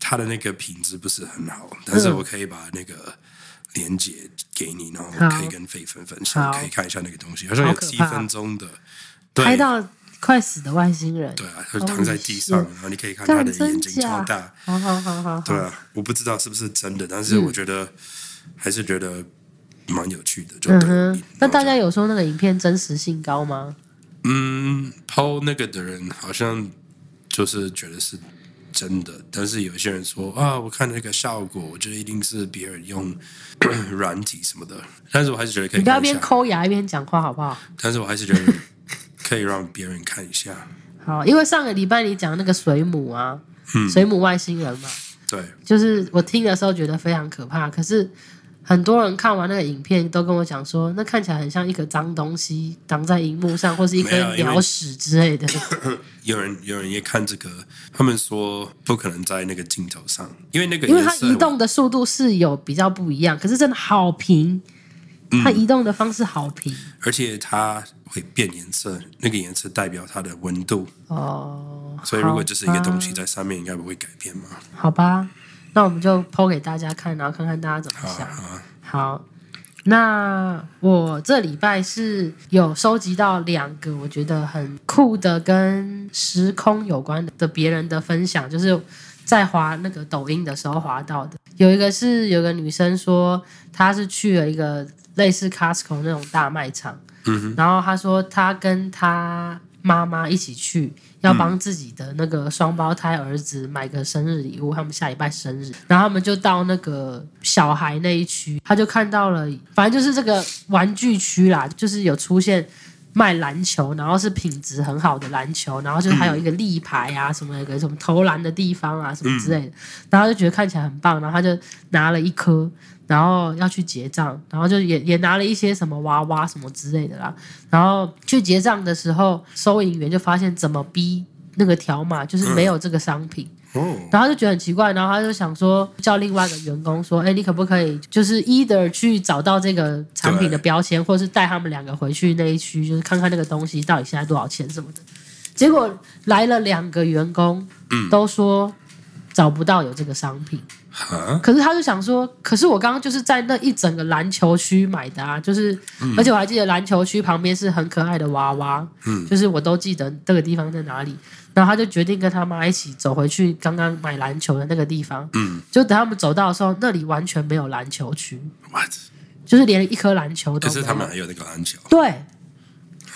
B: 它的那个品质不是很好。但是
A: 嗯
B: 我可以把那个连接给你，然后
A: 好
B: 可以跟狒分分享，
A: 好
B: 可以看一下那个东西，好像有
A: 好可
B: 七
A: 怕
B: 分钟的，对
A: 拍到快死的外星人，
B: 对啊，他就躺在地上，
A: Holy
B: 然后你可以看他
A: 干
B: 的眼
A: 真
B: 睛
A: 假
B: 超
A: 哦
B: 大，
A: 好好好好
B: 对
A: 好，
B: 啊，我不知道是不是真的，但是我觉得还是觉得蛮有趣的，就
A: 嗯
B: 对了
A: 哼。那大
B: 然后就
A: 家有说那个影片真实性高吗？
B: 嗯，抛那个的人好像就是觉得是真的，但是有些人说啊，我看那个效果，我觉得一定是别 人用软体什么的，但是我还是觉得可以
A: 你不要
B: 看一
A: 边
B: 下，
A: 抠牙一边讲话好不好？
B: 但是我还是觉得可以让别人看一下，
A: 好，因为上个礼拜你讲那个水母啊，
B: 嗯
A: 水母外星人嘛，
B: 对，
A: 就是我听的时候觉得非常可怕，可是很多人看完那个影片都跟我讲说，那看起来很像一个脏东西挡在荧幕上，或是一
B: 没有因
A: 颗
B: 为
A: 鸟屎之类的。
B: 有人有人也看这个，他们说不可能在那个镜头上， 因为那个
A: 因为它
B: 颜色
A: 移动的速度是有比较不一样，可是真的好平，
B: 嗯
A: 它移动的方式好平
B: 而且它会变颜色，那个颜色代表它的温度，
A: 哦。
B: 所以如果就是一个东
A: 好
B: 西在上面，应该不会改变嘛。
A: 吧，好吧，那我们就剖给大家看，然后看看大家怎么
B: 啊
A: 想。
B: 啊，
A: 好，那我这礼拜是有收集到两个我觉得很酷的跟时空有关的别人的分享，就是在滑那个抖音的时候滑到的。有一个是有个女生说，她是去了一个类似 Costco 那种大卖场，然后她说她跟她妈妈一起去，要帮自己的那个双胞胎儿子买个生日礼物，他们下礼拜生日，然后他们就到那个小孩那一区，他就看到了，反正就是这个玩具区啦，就是有出现。卖篮球，然后是品质很好的篮球，然后就是还有一个立牌啊，什么有个什么投篮的地方啊，什么之类的，然后他就觉得看起来很棒，然后他就拿了一颗，然后要去结账，然后就也也拿了一些什么娃娃什么之类的啦，然后去结账的时候，收银员就发现怎么逼那个条码就是没有这个商品，
B: 哦，
A: 然后他就觉得很奇怪，然后他就想说叫另外一个员工说，哎，你可不可以就是 either 去找到这个产品的标签，或是带他们两个回去那一区，就是看看那个东西到底现在多少钱什么的。结果来了两个员工，都说找不到有这个商品。
B: 哈，
A: 可是他就想说，可是我刚刚就是在那一整个篮球区买的啊，就是，而且我还记得篮球区旁边是很可爱的娃娃，嗯，就是我都记得这个地方在哪里。然后他就决定跟他妈一起走回去刚刚买篮球的那个地方，嗯，就等他们走到的时候，那里完全没有篮球区，
B: what？
A: 就是连一颗篮球都
B: 可
A: 没有。
B: 是他们还有那个篮球，
A: 对，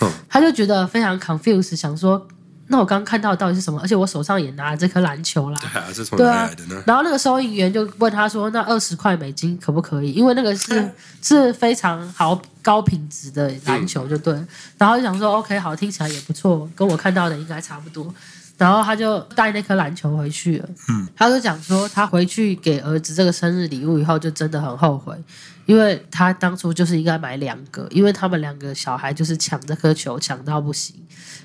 B: 嗯
A: 他就觉得非常 confused，想说那我刚看到的到底是什么？而且我手上也拿着这颗篮球啦。
B: 对啊，是从
A: 对
B: 哪里
A: 啊
B: 来的呢？
A: 然后那个收银员就问他说：“那二十块美金可不可以？因为那个 是是非常好高品质的篮球，就对了。然后就想说：“OK，好，听起来也不错，跟我看到的应该差不多。”然后他就带那颗篮球回去了。嗯，他就讲说，他回去给儿子这个生日礼物以后，就真的很后悔，因为他当初就是应该买两个，因为他们两个小孩就是抢这颗球抢到不行，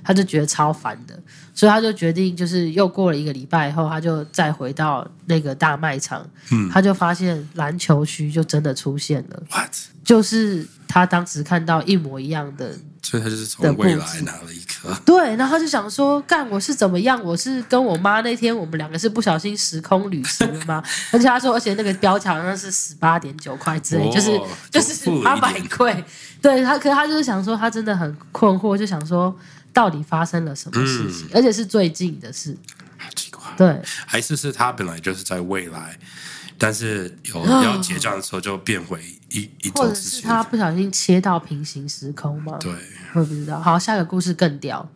A: 他就觉得超烦的，所以他就决定，就是又过了一个礼拜以后，他就再回到那个大卖场，
B: 嗯
A: 他就发现篮球区就真的出现了，
B: ，what？
A: 就是他当时看到一模一样的
B: 所以他就是
A: 的
B: 从
A: 布
B: 未
A: 置
B: 来拿了一颗，
A: 对，然后他就想说，干我是怎么样？我是跟我妈那天我们两个是不小心时空旅行了吗？而且他说，而且那个标价好像是十八点九块之类，就是
B: 哦
A: 就是
B: 多付了
A: 八
B: 一
A: 百
B: 点
A: 块。对他，可是他就是想说，他真的很困惑，就想说到底发生了什么事
B: 嗯
A: 情，而且是最近的事。
B: 好奇怪。
A: 对，
B: 还是是他本来就是在未来，但是有要结账的时候就变回一一
A: 啊或
B: 周
A: 者
B: 之
A: 是
B: 前。
A: 他不小心切到平行时空吗？
B: 对，
A: 我也不知道。好，下个故事更屌，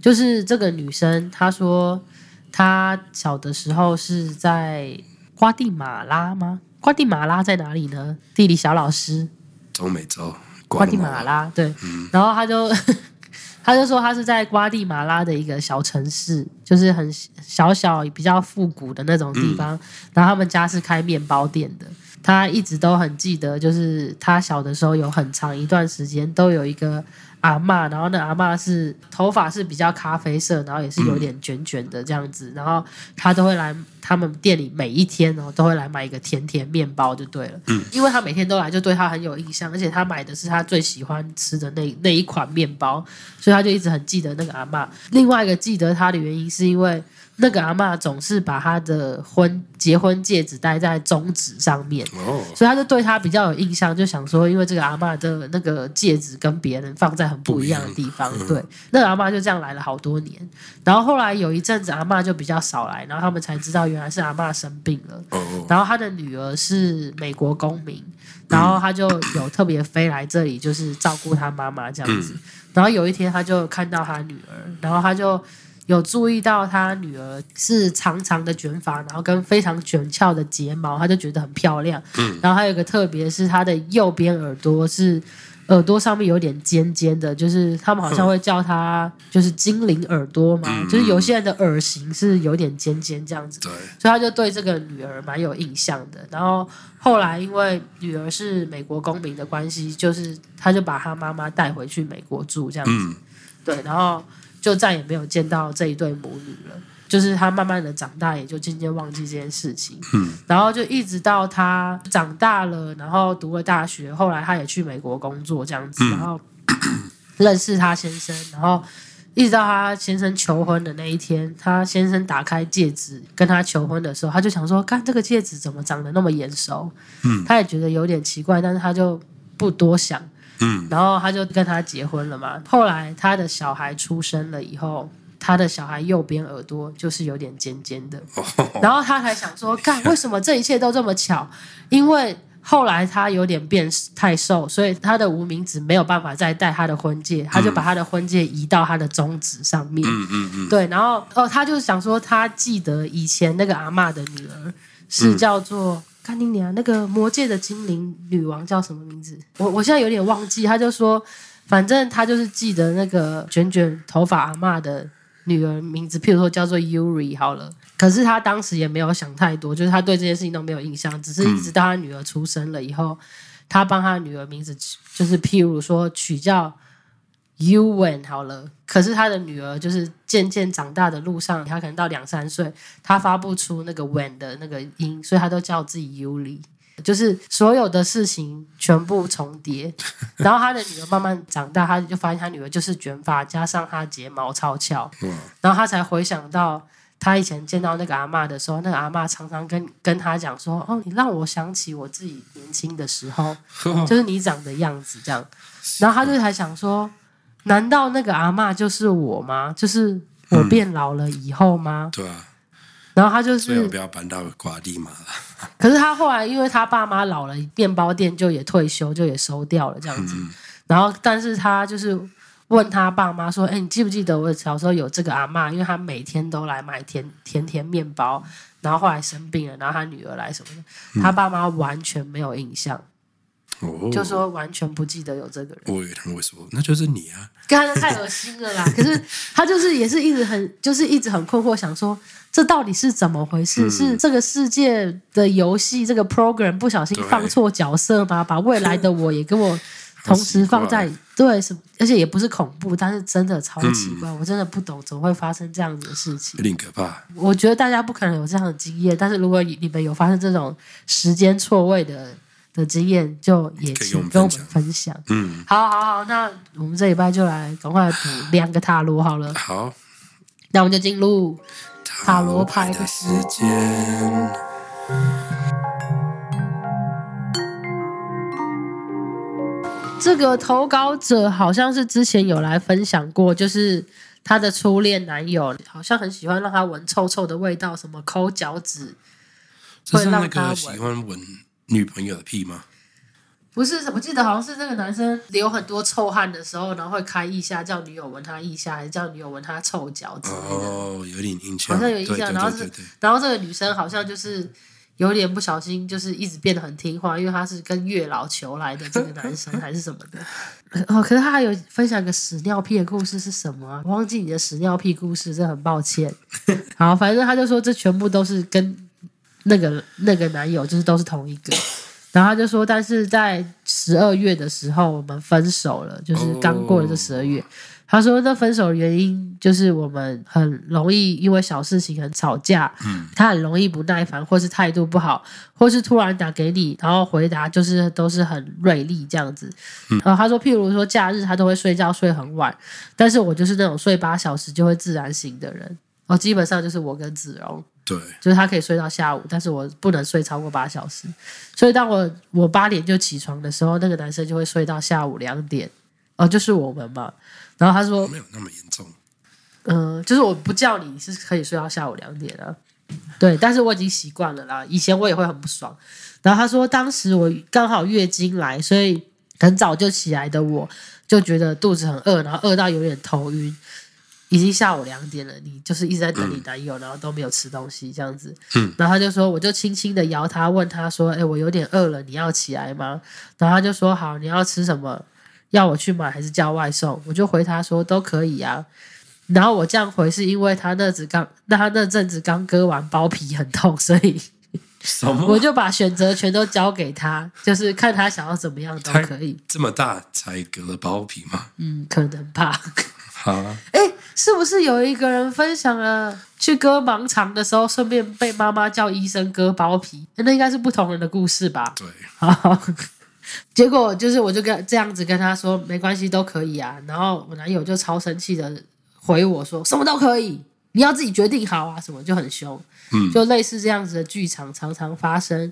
A: 就是这个女生她说她小的时候是在瓜地马拉吗？瓜地马拉在哪里呢？地理小老师，
B: 中美洲，
A: 瓜
B: 瓜
A: 地马，拉对。然后她就她就说她是在瓜地马拉的一个小城市，就是很小小比较复古的那种地方。然后他们家是开面包店的。她一直都很记得，就是她小的时候有很长一段时间都有一个阿嬷，然后那阿嬷是头发是比较咖啡色，然后也是有点卷卷的这样子，然后她都会来他们店里每一天哦都会来买一个甜甜面包就对了，嗯，因为她每天都来，就对她很有印象，而且她买的是她最喜欢吃的那那一款面包，所以她就一直很记得那个阿嬷。另外一个记得她的原因是因为那个阿嬷总是把她的婚结婚戒指戴在中指上面，
B: 哦，
A: 所以他就对他比较有印象，就想说，因为这个阿嬷的那个戒指跟别人放在很不一样的地方，对，那个阿嬷就这样来了好多年。然后后来有一阵子阿嬷就比较少来，然后他们才知道原来是阿嬷生病了。
B: 哦，
A: 然后他的女儿是美国公民，然后他就有特别飞来这里，就是照顾他妈妈这样子。然后有一天他就看到他女儿，然后他就有注意到他女儿是长长的卷发，然后跟非常卷翘的睫毛，他就觉得很漂亮。然后还有一个特别是他的右边耳朵是。耳朵上面有点尖尖的，就是他们好像会叫它就是精灵耳朵嘛，就是有些人的耳型是有点尖尖这样子。
B: 对，
A: 所以他就对这个女儿蛮有印象的。然后后来因为女儿是美国公民的关系，就是他就把他妈妈带回去美国住这样子，
B: 嗯，
A: 对，然后就再也没有见到这一对母女了。就是他慢慢的长大，也就渐渐忘记这件事情。
B: 嗯，
A: 然后就一直到他长大了，然后读了大学，后来他也去美国工作这样
B: 嗯
A: 子，然后认识他先生，然后一直到他先生求婚的那一天，他先生打开戒指跟他求婚的时候，他就想说：“看这个戒指怎么长得那么眼熟？”嗯，他也觉得有点奇怪，但是他就不多想。
B: 嗯，
A: 然后他就跟他结婚了嘛。后来他的小孩出生了以后，他的小孩右边耳朵就是有点尖尖的，
B: 哦，
A: 然后他才想说，干，为什么这一切都这么巧？因为后来他有点变太瘦，所以他的无名指没有办法再戴他的婚戒，他就把他的婚戒移到他的中指上面。
B: 嗯嗯嗯，
A: 对，然后哦，他就想说，他记得以前那个阿嬷的女儿是叫做。看你娘，那个魔界的精灵女王叫什么名字？我我现在有点忘记。他就说，反正他就是记得那个卷卷头发阿嬷的女儿名字，譬如说叫做 Yuri 好了。可是他当时也没有想太多，就是他对这件事情都没有印象，只是一直到他女儿出生了以后，他帮他女儿名字取就是譬如说取叫 Yuen 好了。可是他的女儿就是渐渐长大的路上，他可能到两三岁，他发不出那个 when 的那个音，所以他都叫自己 Yuli。就是所有的事情全部重叠，然后他的女儿慢慢长大，他就发现他女儿就是卷发加上他睫毛超翘，
B: 哇，
A: 然后他才回想到他以前见到那个阿嬷的时候，那个阿嬷常常跟跟他讲说：“哦，你让我想起我自己年轻的时候，
B: 哦
A: 就是你长的样子这样。”然后他就才想说：“难道那个阿嬷就是我吗？就是
B: 嗯
A: 我变老了以后吗？”
B: 对啊，
A: 然后他就
B: 最好
A: 是
B: 不要搬到瓜地马拉，
A: 可是他后来因为他爸妈老了，面包店就也退休，就也收掉了这样子。然后，但是他就是问他爸妈说：“哎、你记不记得我小时候有这个阿嬷？因为她每天都来买甜甜甜面包，然后后来生病了，然后她女儿来什么的，他爸妈完全没有印象，
B: 哦，
A: 嗯就说完全不记得有这个人，
B: 我以为他们会说那就是你啊，
A: 跟他太恶心了啦。可是他就是也是一直很就是一直很困惑，想说这到底是怎么回事？是这个世界的游戏这个 program 不小心
B: 对
A: 放错角色吗？把未来的我也跟我同时放在对什么？而且也不是恐怖，但是真的超奇怪，我真的不懂怎么会发生这样子的事情
B: 有。点可怕。
A: 我觉得大家不可能有这样的经验，但是如果你们有发生这种时间错位的的经验，就也
B: 可以
A: 请
B: 跟我们
A: 跟我
B: 分
A: 们
B: 享
A: 分享。
B: 嗯，
A: 好好好，那我们这礼拜就来赶快补两个塔罗好了，
B: 好，
A: 那我们就进入塔罗牌
B: 的
A: 的
B: 时
A: 时
B: 间。
A: 这个投稿者好像是之前有来分享过，就是她的初恋男友好像很喜欢让她闻臭臭的味道，什么抠脚趾，
B: 这是那
A: 会让他
B: 个
A: 闻
B: 喜欢闻女朋友的屁吗？
A: 不是，我记得好像是那个男生流很多臭汗的时候，然后会开腋下叫女友闻他腋下，还是叫女友闻他臭脚之类的。
B: 哦，有点印象，
A: 好像有印象，
B: 对对
A: 然后
B: 对
A: 是
B: 对对，
A: 然后这个女生好像就是有点不小心，就是一直变得很听话，因为她是跟月老求来的这个男生还是什么的。哦，可是她还有分享一个屎尿屁的故事是什么、啊？我忘记你的屎尿屁故事，真的很抱歉。好，反正她就说这全部都是跟那个那个男友就是都是同一个。然后她就说，但是在十二月的时候我们分手了，就是刚过了这十二月。他说：“那分手的原因就是我们很容易因为小事情很吵架，嗯，他很容易不耐烦，或是态度不好，或是突然打给你，然后回答就是都是很锐利这样子。然后呃他说，譬如说假日他都会睡觉睡很晚，但是我就是那种睡八小时就会自然醒的人。哦，基本上就是我跟子荣，
B: 对，
A: 就是他可以睡到下午，但是我不能睡超过八小时。所以当我我八点就起床的时候，那个男生就会睡到下午两点。哦，就是我们嘛。然后他说，
B: 没有那么严重。
A: 嗯、就是我不叫你是可以睡到下午两点啊。对，但是我已经习惯了啦。以前我也会很不爽。然后他说，当时我刚好月经来，所以很早就起来的我，就觉得肚子很饿，然后饿到有点头晕。已经下午两点了，你就是一直在等你男友，然后都没有吃东西这样子。
B: 嗯
A: 然后他就说，我就轻轻的摇他，问他说：“哎、我有点饿了，你要起来吗？”然后他就说：“好，你要吃什么？要我去买还是叫外送？”我就回他说：“都可以啊。”然后我这样回是因为他那只刚，那他那阵子刚割完包皮很痛，所以
B: 什
A: 我
B: 么？
A: 就把选择全都交给他，就是看他想要怎么样都可以。
B: 这么大才割了包皮吗？
A: 嗯，可能吧。
B: 哈，
A: 哎，是不是有一个人分享了去割盲肠的时候，顺便被妈妈叫医生割包皮？那应该是不同人的故事吧？
B: 对，
A: 好， 结果就是我就跟这样子跟他说，没关系，都可以啊。然后我男友就超生气的回我说，什么都可以，你要自己决定好啊，什么就很凶。
B: 嗯
A: 就类似这样子的剧场常常发生。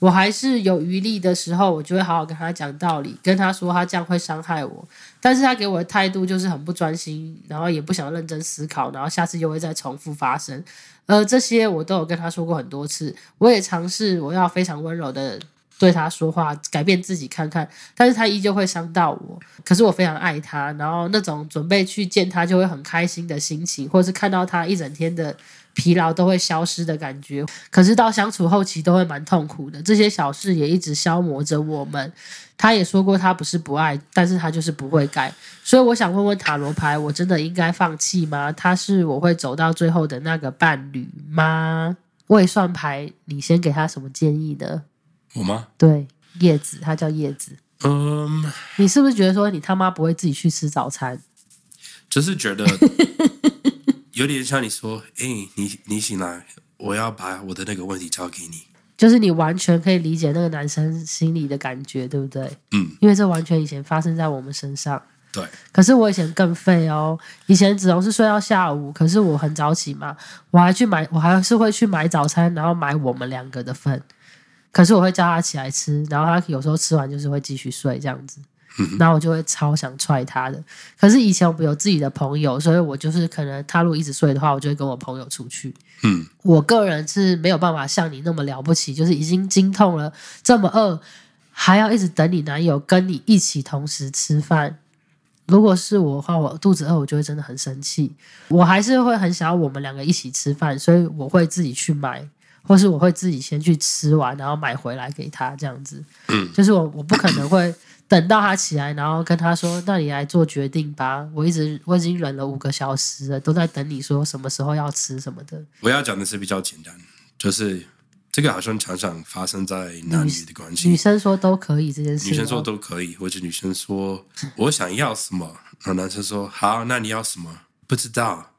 A: 我还是有余力的时候，我就会好好跟他讲道理，跟他说他这样会伤害我。但是他给我的态度就是很不专心，然后也不想认真思考，然后下次又会再重复发生。呃，这些我都有跟他说过很多次，我也尝试我要非常温柔的对他说话，改变自己看看，但是他依旧会伤到我。可是我非常爱他，然后那种准备去见他就会很开心的心情，或是看到他一整天的疲劳都会消失的感觉。可是到相处后期都会蛮痛苦的，这些小事也一直消磨着我们。他也说过他不是不爱，但是他就是不会改。所以我想问问塔罗牌，我真的应该放弃吗？他是我会走到最后的那个伴侣吗？未算牌，你先给他什么建议呢？
B: 我吗？
A: 对，叶子，他叫叶子。
B: 嗯，
A: 你是不是觉得说你他妈不会自己去吃早餐？
B: 就是觉 得有点像你说，哎、你你醒来，我要把我的那个问题交给你。
A: 就是你完全可以理解那个男生心里的感觉，对不对？
B: 嗯，
A: 因为这完全以前发生在我们身上。
B: 对，
A: 可是我以前更废哦，以前只能是睡到下午，可是我很早起嘛，我还去买，我还是会去买早餐，然后买我们两个的份。可是我会叫他起来吃，然后他有时候吃完就是会继续睡这样子，然后我就会超想踹他的。可是以前我们有自己的朋友，所以我就是可能他如果一直睡的话，我就会跟我朋友出去。
B: 嗯，
A: 我个人是没有办法像你那么了不起，就是已经经痛了这么饿，还要一直等你男友跟你一起同时吃饭，如果是我的话，我肚子饿，我就会真的很生气。我还是会很想要我们两个一起吃饭，所以我会自己去买，或是我会自己先去吃完，然后买回来给他这样子。嗯，就是我我不可能会等到他起来，然后跟他说：“那你来做决定吧。”我一直我已经忍了五个小时了，都在等你说什么时候要吃什么的。
B: 我要讲的是比较简单，就是这个好像常常发生在男女的关
A: 女
B: 系。
A: 生说都可以这件事哦吗，
B: 女生说都可以，或者女生说我想要什么，然后男生说好，那你要什么？不知道，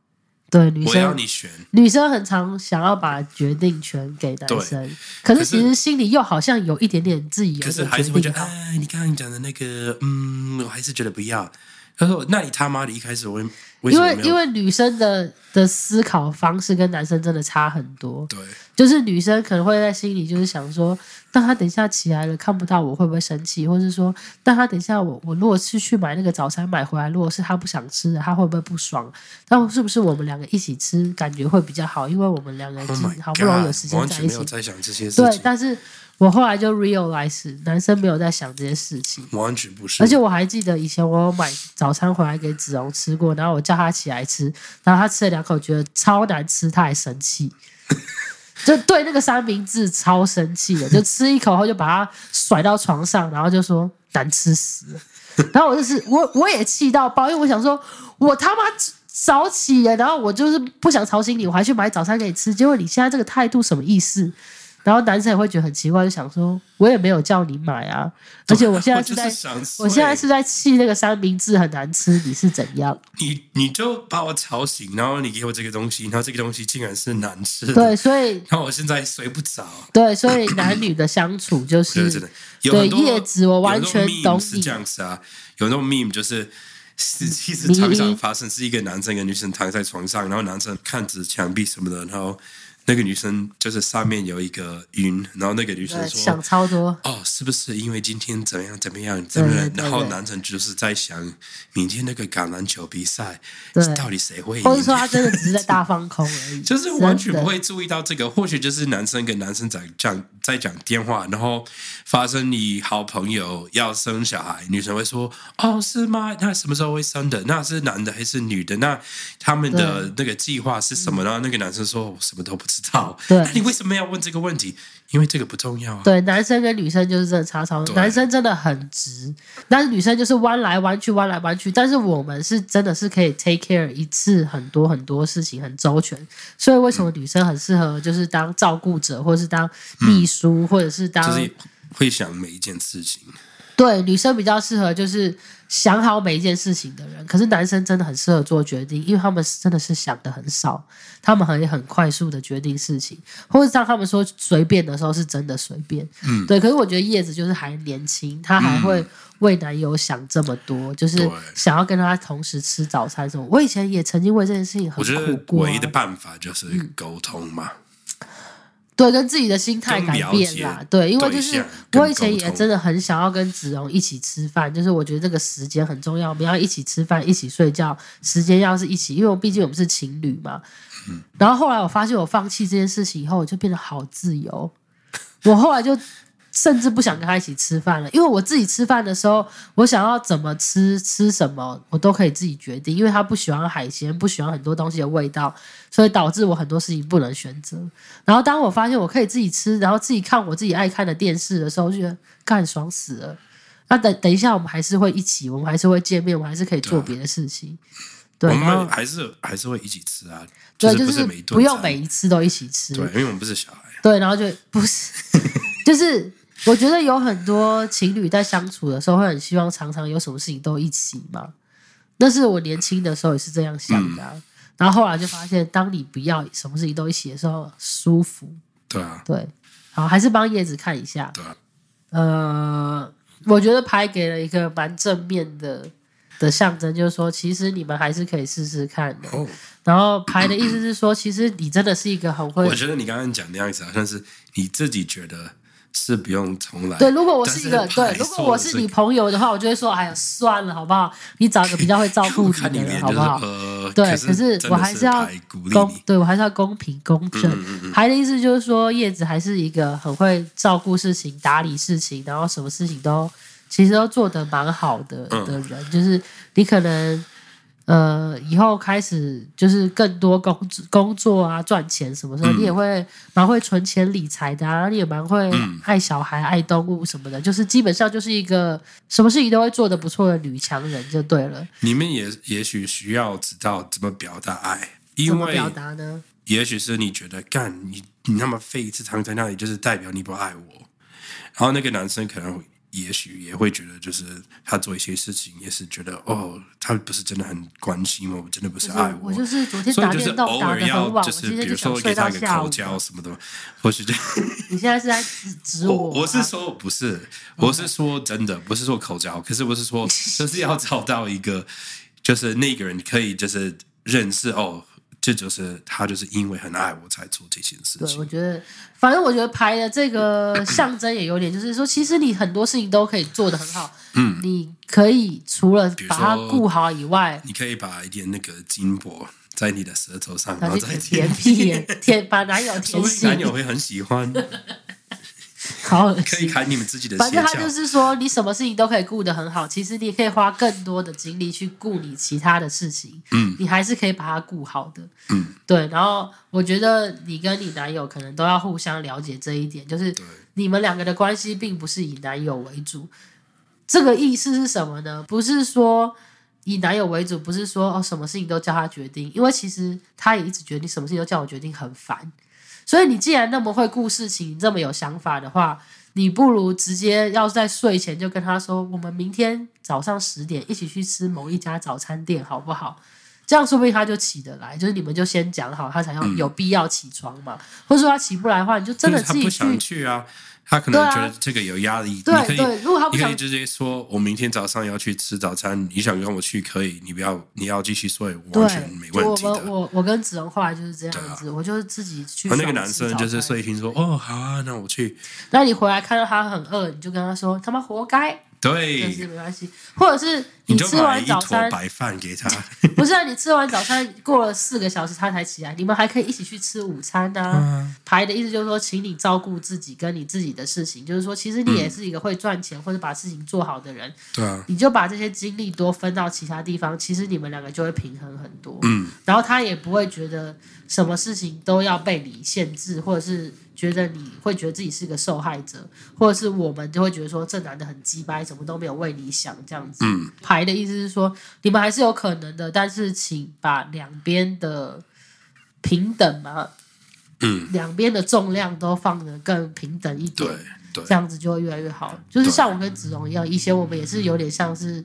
A: 对，女
B: 我要
A: 生
B: 你选。
A: 女生很常想要把决定权给男生，可
B: 可
A: 是
B: 是
A: 其实心里又好像有一点点自己有点
B: 可是还是
A: 决
B: 会觉
A: 定
B: 得，
A: 好。
B: 哎，你刚刚讲的那个，嗯，我还是觉得不要。他说：“那你他妈的一开始我为什
A: 因
B: 么
A: 为
B: 没有
A: 因为女生的的思考方式跟男生真的差很多，
B: 对
A: 就是女生可能会在心里就是想说，那他等一下起来了看不到我会不会生气，或是说，那他等一下我我如果是去买那个早餐买回来，如果是他不想吃的，他会不会不爽？那是不是我们两个一起吃感觉会比较好？因为我们两个已
B: ？Oh
A: 经
B: my god！
A: 好不容易有时
B: 完
A: 间在
B: 全
A: 一
B: 没
A: 起
B: 有，在想这些事
A: 对，
B: 情，
A: 但是我后来就 realize 男生没有在想这些事情。
B: 完全不是。
A: 而且我还记得以前我有买早餐回来给子荣吃过，然后我叫他起来吃，然后他吃了两口觉得超难吃，他还生气， 就对那个三明治超生气的，就吃一口后就把它甩到床上，然后就说难吃 死了。然后我就是我我也气到爆，因为我想说，我他妈早起了，然后我就是不想吵醒你，我还去买早餐给你吃，结果你现在这个态度什么意思？然后男生也会觉得很奇怪，就想说我也没有叫你买啊，而且我现在
B: 就是
A: 在
B: 想 睡，
A: 我现在是在气那个三明治很难吃，你是怎 样？
B: 哎你你就把我吵醒，然后你给我这个东西，然后这个东西竟然是难吃的，
A: 对，所以
B: 然后我现在睡不着。
A: 对，所以男女的相处就
B: 对，
A: 是
B: 真的有很多
A: 嗯对叶子我完全
B: 有很多
A: 懂
B: meme 是
A: 你嗯
B: 这样子啊，有那种 meme 就是。是，其实
A: 迷
B: 常常发生是一个男生跟女生躺在床上，然后男生看着墙壁什么的，然后那个女生就是上面有一个云，然后那个女生
A: 呃
B: 说
A: 想超多。
B: 哦，是不是因为今天怎么样怎么样怎么
A: 对
B: 样？
A: 对对
B: 然后男生就是在想，明天那个橄榄球比赛
A: 对
B: 到底谁会赢？
A: 或者说他真的只是在大放空而已，
B: 就是完
A: 真
B: 全不
A: 的
B: 会注意到这个，或许就是男生跟男生在讲在讲电话，然后发生你好朋友要生小孩，女生会说：“哦，是吗？那什么时候会生的？那是男的还是女的？那他们的那个计划是什么？”然后那个男生说：“我什么都不知道。”
A: 对
B: 那你为什么要问这个问题？因为这个不重要啊。
A: 对，男生跟女生就是真的差超多，
B: 对
A: 男生真的很直，但是女生就是弯来弯去，弯来弯去。但是我们是真的是可以 take care 一次很多很多事情，很周全。所以为什么女生很适合就是当照顾者，或是当秘书，或者是当
B: 嗯就是会想每一件事情。
A: 对，女生比较适合就是想好每一件事情的人，可是男生真的很适合做决定，因为他们真的是想的很少，他们很很快速的决定事情，或者当他们说随便的时候，是真的随便。嗯，对。可是我觉得叶子就是还年轻，她还会为男友想这么多，就是
B: 对
A: 想要跟他同时吃早餐什么。我以前也曾经为这件事情很
B: 我觉
A: 苦
B: 得
A: 过、
B: 唯一
A: 啊嗯
B: 的，办法就是沟通嘛。
A: 对，跟自己的心态改变啦
B: 跟了解，
A: 对，因为就是
B: 对象
A: 我以前
B: 跟沟
A: 也
B: 通
A: 真的很想要跟子荣一起吃饭，就是我觉得这个时间很重要，我们要一起吃饭，一起睡觉，时间要是一起，因为我毕竟我们是情侣嘛。
B: 嗯
A: 然后后来我发现我放弃这件事情以后，我就变得好自由，我后来就甚至不想跟他一起吃饭了，因为我自己吃饭的时候，我想要怎么吃、吃什么，我都可以自己决定。因为他不喜欢海鲜，不喜欢很多东西的味道，所以导致我很多事情不能选择。然后当我发现我可以自己吃，然后自己看我自己爱看的电视的时候，我就觉得干爽死了。那等等一下，我们还是会一起，我们还是会见面，我们还是可以做别的事情。对，
B: 啊我
A: 然
B: 们
A: 后
B: 还是还是会一起吃啊，
A: 对，
B: 是
A: 就
B: 不是
A: 是
B: 每一顿
A: 不用
B: 餐
A: 每一次都一起吃。
B: 对，因为我们不是小孩。啊
A: 对，然后就不 是，就是我觉得有很多情侣在相处的时候会很希望常常有什么事情都一起嘛。那是我年轻的时候也是这样想的啊、
B: 嗯
A: 然后后来就发现，当你不要什么事情都一起的时候，舒服。
B: 对啊，
A: 对，好，还是帮叶子看一下。
B: 对啊，
A: 呃，我觉得牌给了一个蛮正面的的象征，就是说，其实你们还是可以试试看的。
B: 哦，
A: 然后牌的意思是说，其实你真的是一个很会
B: 我觉得你刚刚讲那样子，好像是你自己觉得是不用重来。
A: 对，如果我是一个
B: 但是
A: 对
B: 还，
A: 如果
B: 说
A: 我
B: 的
A: 是
B: 是
A: 你朋友的话，我就会说，哎呀，算了，好不好？你找一个比较会照顾
B: 我
A: 你
B: 看
A: 的
B: 你
A: 人，
B: 脸
A: 好
B: 就是
A: 不好？
B: 呃，
A: 对，
B: 可
A: 可是
B: 真
A: 我
B: 的
A: 还是要
B: 来鼓励
A: 公
B: 你，。
A: 对我还是要公平公正。
B: 嗯
A: 还的意思就是说，叶子还是一个很会照顾事情、
B: 嗯
A: 打理事情，然后什么事情都其实都做得蛮好的的人，就是你可能呃以后开始就是更多工作工作啊，赚钱什么
B: 嗯
A: 时候，你也会蛮会存钱理财的、啊，然后你也蛮会
B: 嗯
A: 爱小孩、爱动物什么的，就是基本上就是一个什么事情都会做得不错的女强人就对了。
B: 你们也也许需要知道怎么表达爱，
A: 怎
B: 因
A: 么
B: 为
A: 表达呢？
B: 也许是你觉得干你你那么废一次汤在那里，就是代表你不爱我。然后那个男生可能也许也会觉得，就是他做一些事情也是觉得哦，他不是真的很关心我，真的不是
A: 就是
B: 爱
A: 我
B: 哎我。
A: 就是昨天
B: 所
A: 打
B: 以就是
A: 电动
B: 偶
A: 打
B: 尔
A: 得
B: 要
A: 很晚，我
B: 就是
A: 今
B: 比
A: 天
B: 如
A: 就
B: 说
A: 想
B: 给
A: 睡
B: 他
A: 到
B: 一个
A: 下
B: 口
A: 午。
B: 交什么的，或 许就
A: 你现在是在指指
B: 我
A: 我
B: 我是
A: 吗
B: 说不是，我
A: 哦
B: 是说真的，不是说口交，可是我 是说，就是要找到一个，就是那个人可以就是认识哦，这就是他就是因为很爱我才做这件事
A: 对，
B: 情。
A: 我觉得，反正我觉得牌的这 个象征也有点，就是说，其实你很多事情都可以做得很好。嗯，你可以除了
B: 如
A: 把它
B: 说
A: 顾好以外，
B: 你可以把一点那个金箔在你的舌头上，然
A: 拿
B: 后
A: 去
B: 再
A: 舔舔屁眼，舔把男友
B: 说
A: 舔
B: 不定男友
A: 醒，
B: 会很 喜欢，
A: 好恶
B: 可以
A: 心。
B: 砍你们自己的
A: 反
B: 邪
A: 正他就
B: 教。
A: 是说，你什么事情都可以顾得很好，其实你也可以花更多的精力去顾你其他的事情，嗯，你还是可以把它顾好的，嗯，对。然后我觉得你跟你男友可能都要互相了解这一点，就是你们两个的关系并不是以男友为主。这个意思是什么呢？不是说以男友为主，不是说哦什么事情都叫他决定，因为其实他也一直觉得你什么事情都叫我决定很烦。所以你既然那么会顾事情，这么有想法的话，你不如直接要在睡前就跟他说，我们明天早上十点一起去吃某一家早餐店，好不好？这样说不定他就起得来，就是你们就先讲好，他才要有必要起床嘛。或者说他起不来的话，你就真的
B: 嗯就是他
A: 自己
B: 不
A: 去
B: 想去啊，他可能
A: 对啊
B: 觉得这个有压力。
A: 对
B: 你可以
A: 对如果他不
B: 你可以
A: 想
B: 直接说，我明天早上要去吃早餐，你想跟我去可以，你不要，你要继续睡，我
A: 对，
B: 完全没问题
A: 我
B: 的。
A: 们我我跟子荣后来就是这
B: 对
A: 样
B: 啊
A: 子，我就是自己去。
B: 然后啊那个男生就是睡。醒说，哦，好啊，那我去。
A: 那你回来看到他很饿，你就跟他说他妈活该，但是
B: 对，
A: 没关系。或者是你
B: 你就
A: 吃
B: 买
A: 完
B: 一
A: 早
B: 坨
A: 餐，
B: 白饭给他。
A: 不是、啊、你吃完早餐过了四个小时他才起来，你们还可以一起去吃午餐呐、
B: 嗯
A: 牌的意思就是说，请你照顾自己跟你自己的事情，就是说，其实你也
B: 嗯
A: 是一个会赚钱或者把事情做好的人，
B: 对啊，
A: 你就把这些精力多分到其他地方，其实你们两个就会平衡很多。嗯，然后他也不会觉得什么事情都要被你限制，或者是觉得你会觉得自己是个受害者，或者是我们就会觉得说这男的很鸡掰，什么都没有为你想这样子。嗯，牌的意思是说你们还是有可能的，但是请把两边的平等嘛，
B: 嗯，
A: 两边的重量都放得更平等一点
B: 对。对
A: 这样子就会越来越好。就是
B: 对
A: 像我跟子荣一样，以前我们也是有点像是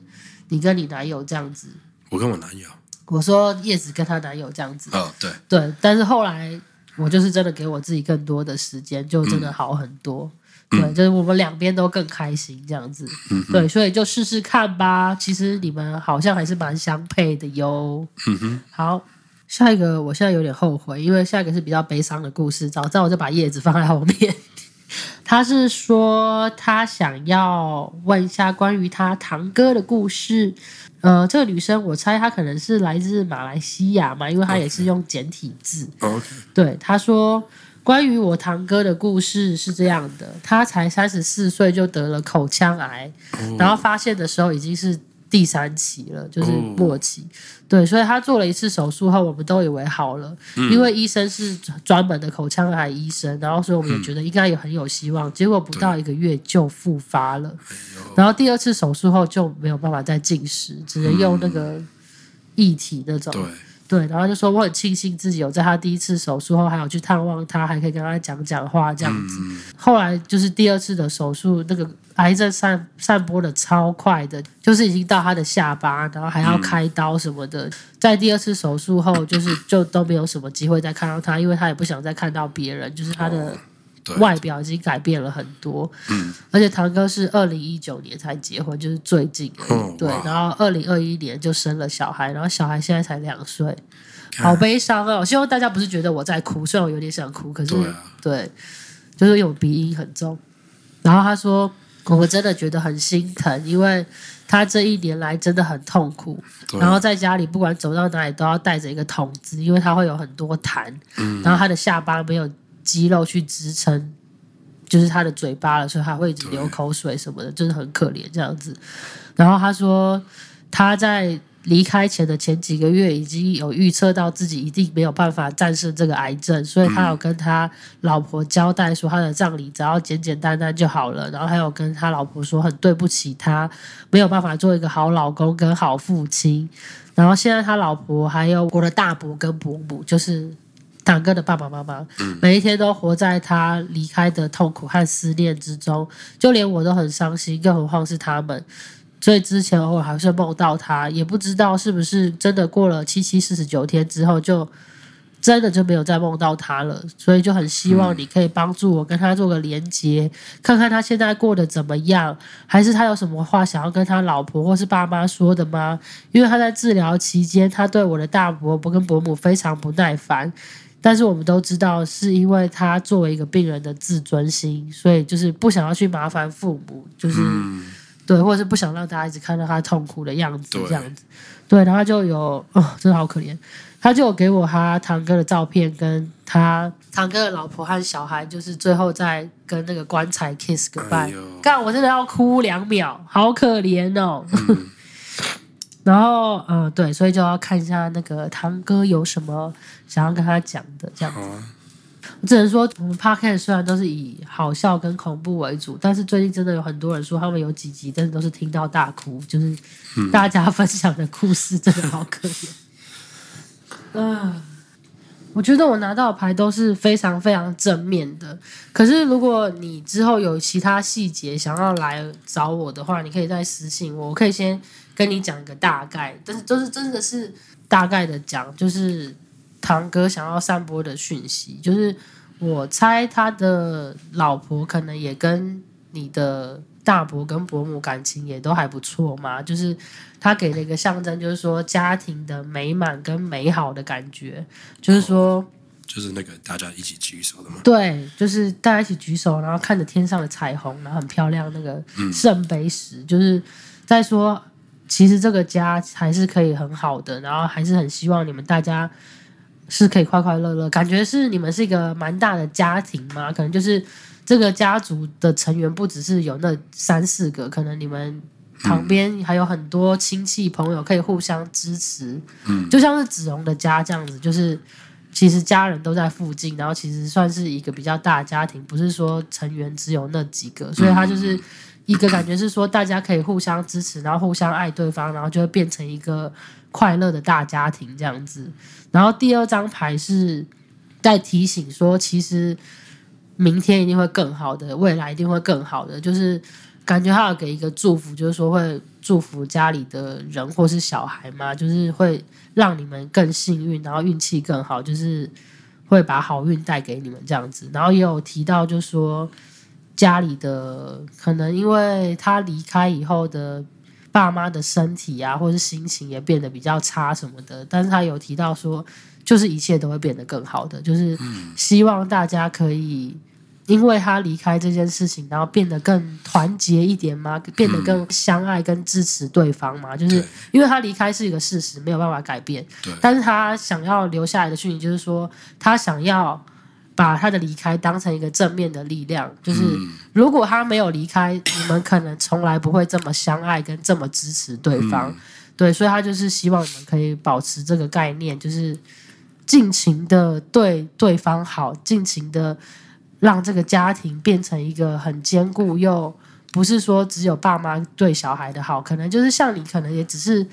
A: 你跟你男友这样子，
B: 我跟我男友。
A: 我说叶子跟她男友这样子，
B: 哦，对，
A: 对。但是后来我就是真的给我自己更多的时间，就
B: 嗯
A: 真的好很多。对，就是我们两边都更开心这样子，
B: 嗯
A: 对，所以就试试看吧。其实你们好像还是蛮相配的哟。
B: 嗯哼，
A: 好，下一个我现在有点后悔，因为下一个是比较悲伤的故事。早知道我就把叶子放在后面。 他是说他想要问一下关于他堂哥的故事。呃，这个女生我猜她可能是来自马来西亚嘛，因为她也是用简体字。
B: 哦，OK，
A: 对，他说关于我堂哥的故事是这样的：他才三十四岁就得了口腔癌，然后发现的时候已经是第三期了，就是末期。对，所以他做了一次手术后，我们都以为好了，因为医生是专门的口腔癌医生，然后所以我们也觉得应该也很有希望。结果不到一个月就复发了，然后第二次手术后就没有办法再进食，只能用那个液体那种。
B: 对，
A: 对，然后就说我很庆幸自己有在他第一次手术后还有去探望他，还可以跟他讲讲话这样子。后来就是第二次的手术，那个癌症散散播的超快的，就是已经到他的下巴，然后还要开刀什么的。在第二次手术后，就是就都没有什么机会再看到他，因为他也不想再看到别人，就是他的
B: 哦对
A: 外表已经改变了很多。嗯，而且堂哥是二零一九年才结婚，就是最近而已。
B: 哦
A: 对
B: 哇，
A: 然后二零二一年就生了小孩，然后小孩现在才两岁，好悲伤哦！希望大家不是觉得我在哭，虽然我有点想哭，可是
B: 对啊
A: 对，就是有鼻音很重。然后他说，我真的觉得很心疼，因为他这一年来真的很痛苦。
B: 对啊
A: 然后在家里不管走到哪里都要带着一个桶子，因为它会有很多痰，然后他的下巴没有肌肉去支撑，就是他的嘴巴了，所以他会一直流口水什么的，就是很可怜这样子。然后他说，他在离开前的前几个月已经有预测到自己一定没有办法战胜这个癌症，所以他有跟他老婆交代说，他的葬礼只要简简单单就好了。然后还有跟他老婆说，很对不起他，没有办法做一个好老公跟好父亲。然后现在他老婆还有我的大伯跟伯母，就是堂哥的爸爸妈妈，每一天都活在他离开的痛苦和思念之中，就连我都很伤心，更何况是他们。所以之前偶尔还是梦到他，也不知道是不是真的过了七七四十九天之后就。真的就没有再梦到他了，所以就很希望你可以帮助我跟他做个连接，看看他现在过得怎么样，还是他有什么话想要跟他老婆或是爸妈说的吗？因为他在治疗期间，他对我的大伯伯跟伯母非常不耐烦，但是我们都知道，是因为他作为一个病人的自尊心，所以就是不想要去麻烦父母，就是、对，或者是不想让大家一直看到他痛苦的样子，
B: 对
A: 这样子。对，然后他就有，哦，真的好可怜。他就有给我他堂哥的照片，跟他堂哥的老婆和小孩，就是最后在跟那个棺材 kiss
B: 哎
A: goodbye。
B: 呦，
A: 干，我真的要哭两秒，好可怜哦。
B: 嗯
A: 然后，嗯、对，所以就要看一下那个堂哥有什么想要跟他讲的，这样
B: 好啊，
A: 我只能说，我们 podcast 虽然都是以好笑跟恐怖为主，但是最近真的有很多人说，他们有几集真的都是听到大哭，就是
B: 嗯
A: 大家分享的故事真的好可 怜。啊，我觉得我拿到的牌都是非常非常正面的。可是如果你之后有其他细节想要来找我的话，你可以再私信我，我可以先跟你讲一个大概，但是 都是真的是大概的讲，就是堂哥想要散播的讯息，就是我猜他的老婆可能也跟你的大伯跟伯母感情也都还不错嘛，就是他给了一个象征，就是说家庭的美满跟美好的感觉，就是说。
B: 就是那个大家一起举手的嘛，
A: 对，就是大家一起举手，然后看着天上的彩虹，然后很漂亮那个圣杯石，就是在说，其实这个家还是可以很好的，然后还是很希望你们大家是可以快快乐乐，感觉是你们是一个蛮大的家庭嘛，可能就是这个家族的成员不只是有那三四个，可能你们。旁边还有很多亲戚朋友可以互相支持，
B: 嗯
A: 就像是子荣的家这样子，就是其实家人都在附近，然后其实算是一个比较大的家庭，不是说成员只有那几个，所以他就是一个感觉是说大家可以互相支持，然后互相爱对方，然后就会变成一个快乐的大家庭这样子。然后第二张牌是在提醒说，其实明天一定会更好的，未来一定会更好的，就是感觉他有给一个祝福，就是说会祝福家里的人或是小孩嘛，就是会让你们更幸运，然后运气更好，就是会把好运带给你们这样子。然后也有提到，就说家里的可能因为他离开以后的爸妈的身体啊，或是心情也变得比较差什么的，但是他有提到说，就是一切都会变得更好的，就是希望大家可以。因为他离开这件事情，然后变得更团结一点吗？变得更相爱跟支持对方吗？就是
B: 嗯对
A: 因为他离开是一个事实，没有办法改变。
B: 对
A: 但是他想要留下来的讯息就是说，他想要把他的离开当成一个正面的力量，就是
B: 嗯
A: 如果他没有离开，你们可能从来不会这么相爱跟这么支持对
B: 嗯
A: 方。对，所以他就是希望你们可以保持这个概念，就是尽情的对对方好，尽情的让这个家庭变成一个很坚固又。不是说只有爸妈对小孩的好，可能就是像你，可能也只是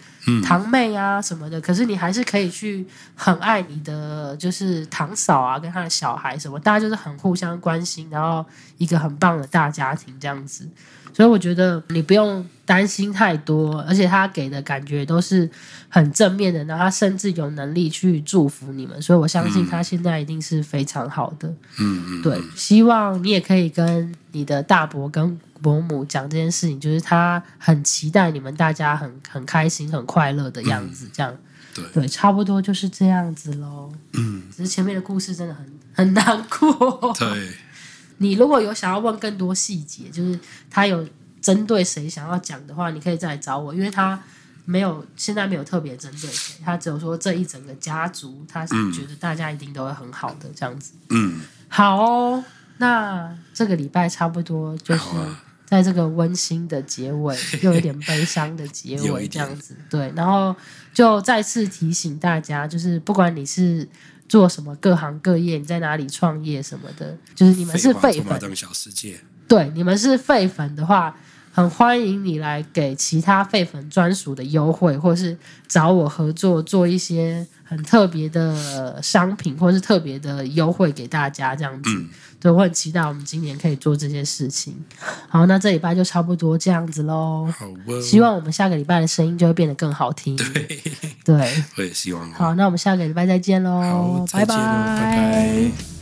A: 堂妹啊什么的，可是你还是可以去很爱你的就是堂嫂啊，跟他的小孩什么，大家就是很互相关心，然后一个很棒的大家庭这样子。所以我觉得你不用担心太多，而且他给的感觉都是很正面的，然后他甚至有能力去祝福你们，所以我相信他现在一定是非常好的。
B: 嗯嗯，
A: 对，希望你也可以跟你的大伯跟伯母讲这件事情，就是他很期待你们大家很很开心、很快乐的样子，这样。
B: 嗯对
A: 差不多就是这样子喽。
B: 嗯，
A: 只是前面的故事真的很很难 过。
B: 对，
A: 你如果有想要问更多细节，就是他有针对谁想要讲的话，你可以再来找我，因为他没有现在没有特别针对谁，他只有说这一整个家族，他是觉得大家一定都会很好的这样子。
B: 嗯，
A: 好哦，那这个礼拜差不多就是
B: 好啊
A: 这在这个温馨的结 尾，又有点悲伤的结
B: 有
A: 尾
B: 一点
A: 这样子。对，然后就再次提醒大家，就是不管你是做什么，各行各业，你在哪里创业什么的，就是你们是
B: 废话
A: 废
B: 充满
A: 粉
B: 这，个小世界，
A: 对，你们是废粉的话，很欢迎你来给其他废粉专属的优惠，或是找我合作做一些很特别的商品，或是特别的优惠给大家这样子。对我很期待我们今年可以做这些事情。好，那这礼拜就差不多这样子喽。
B: 好哦。
A: 希望我们下个礼拜的声音就会变得更好听。对，对
B: 我也希望哦。
A: 好，那我们下个礼拜再见喽
B: 好，，再见喽，拜
A: 哦拜
B: 拜。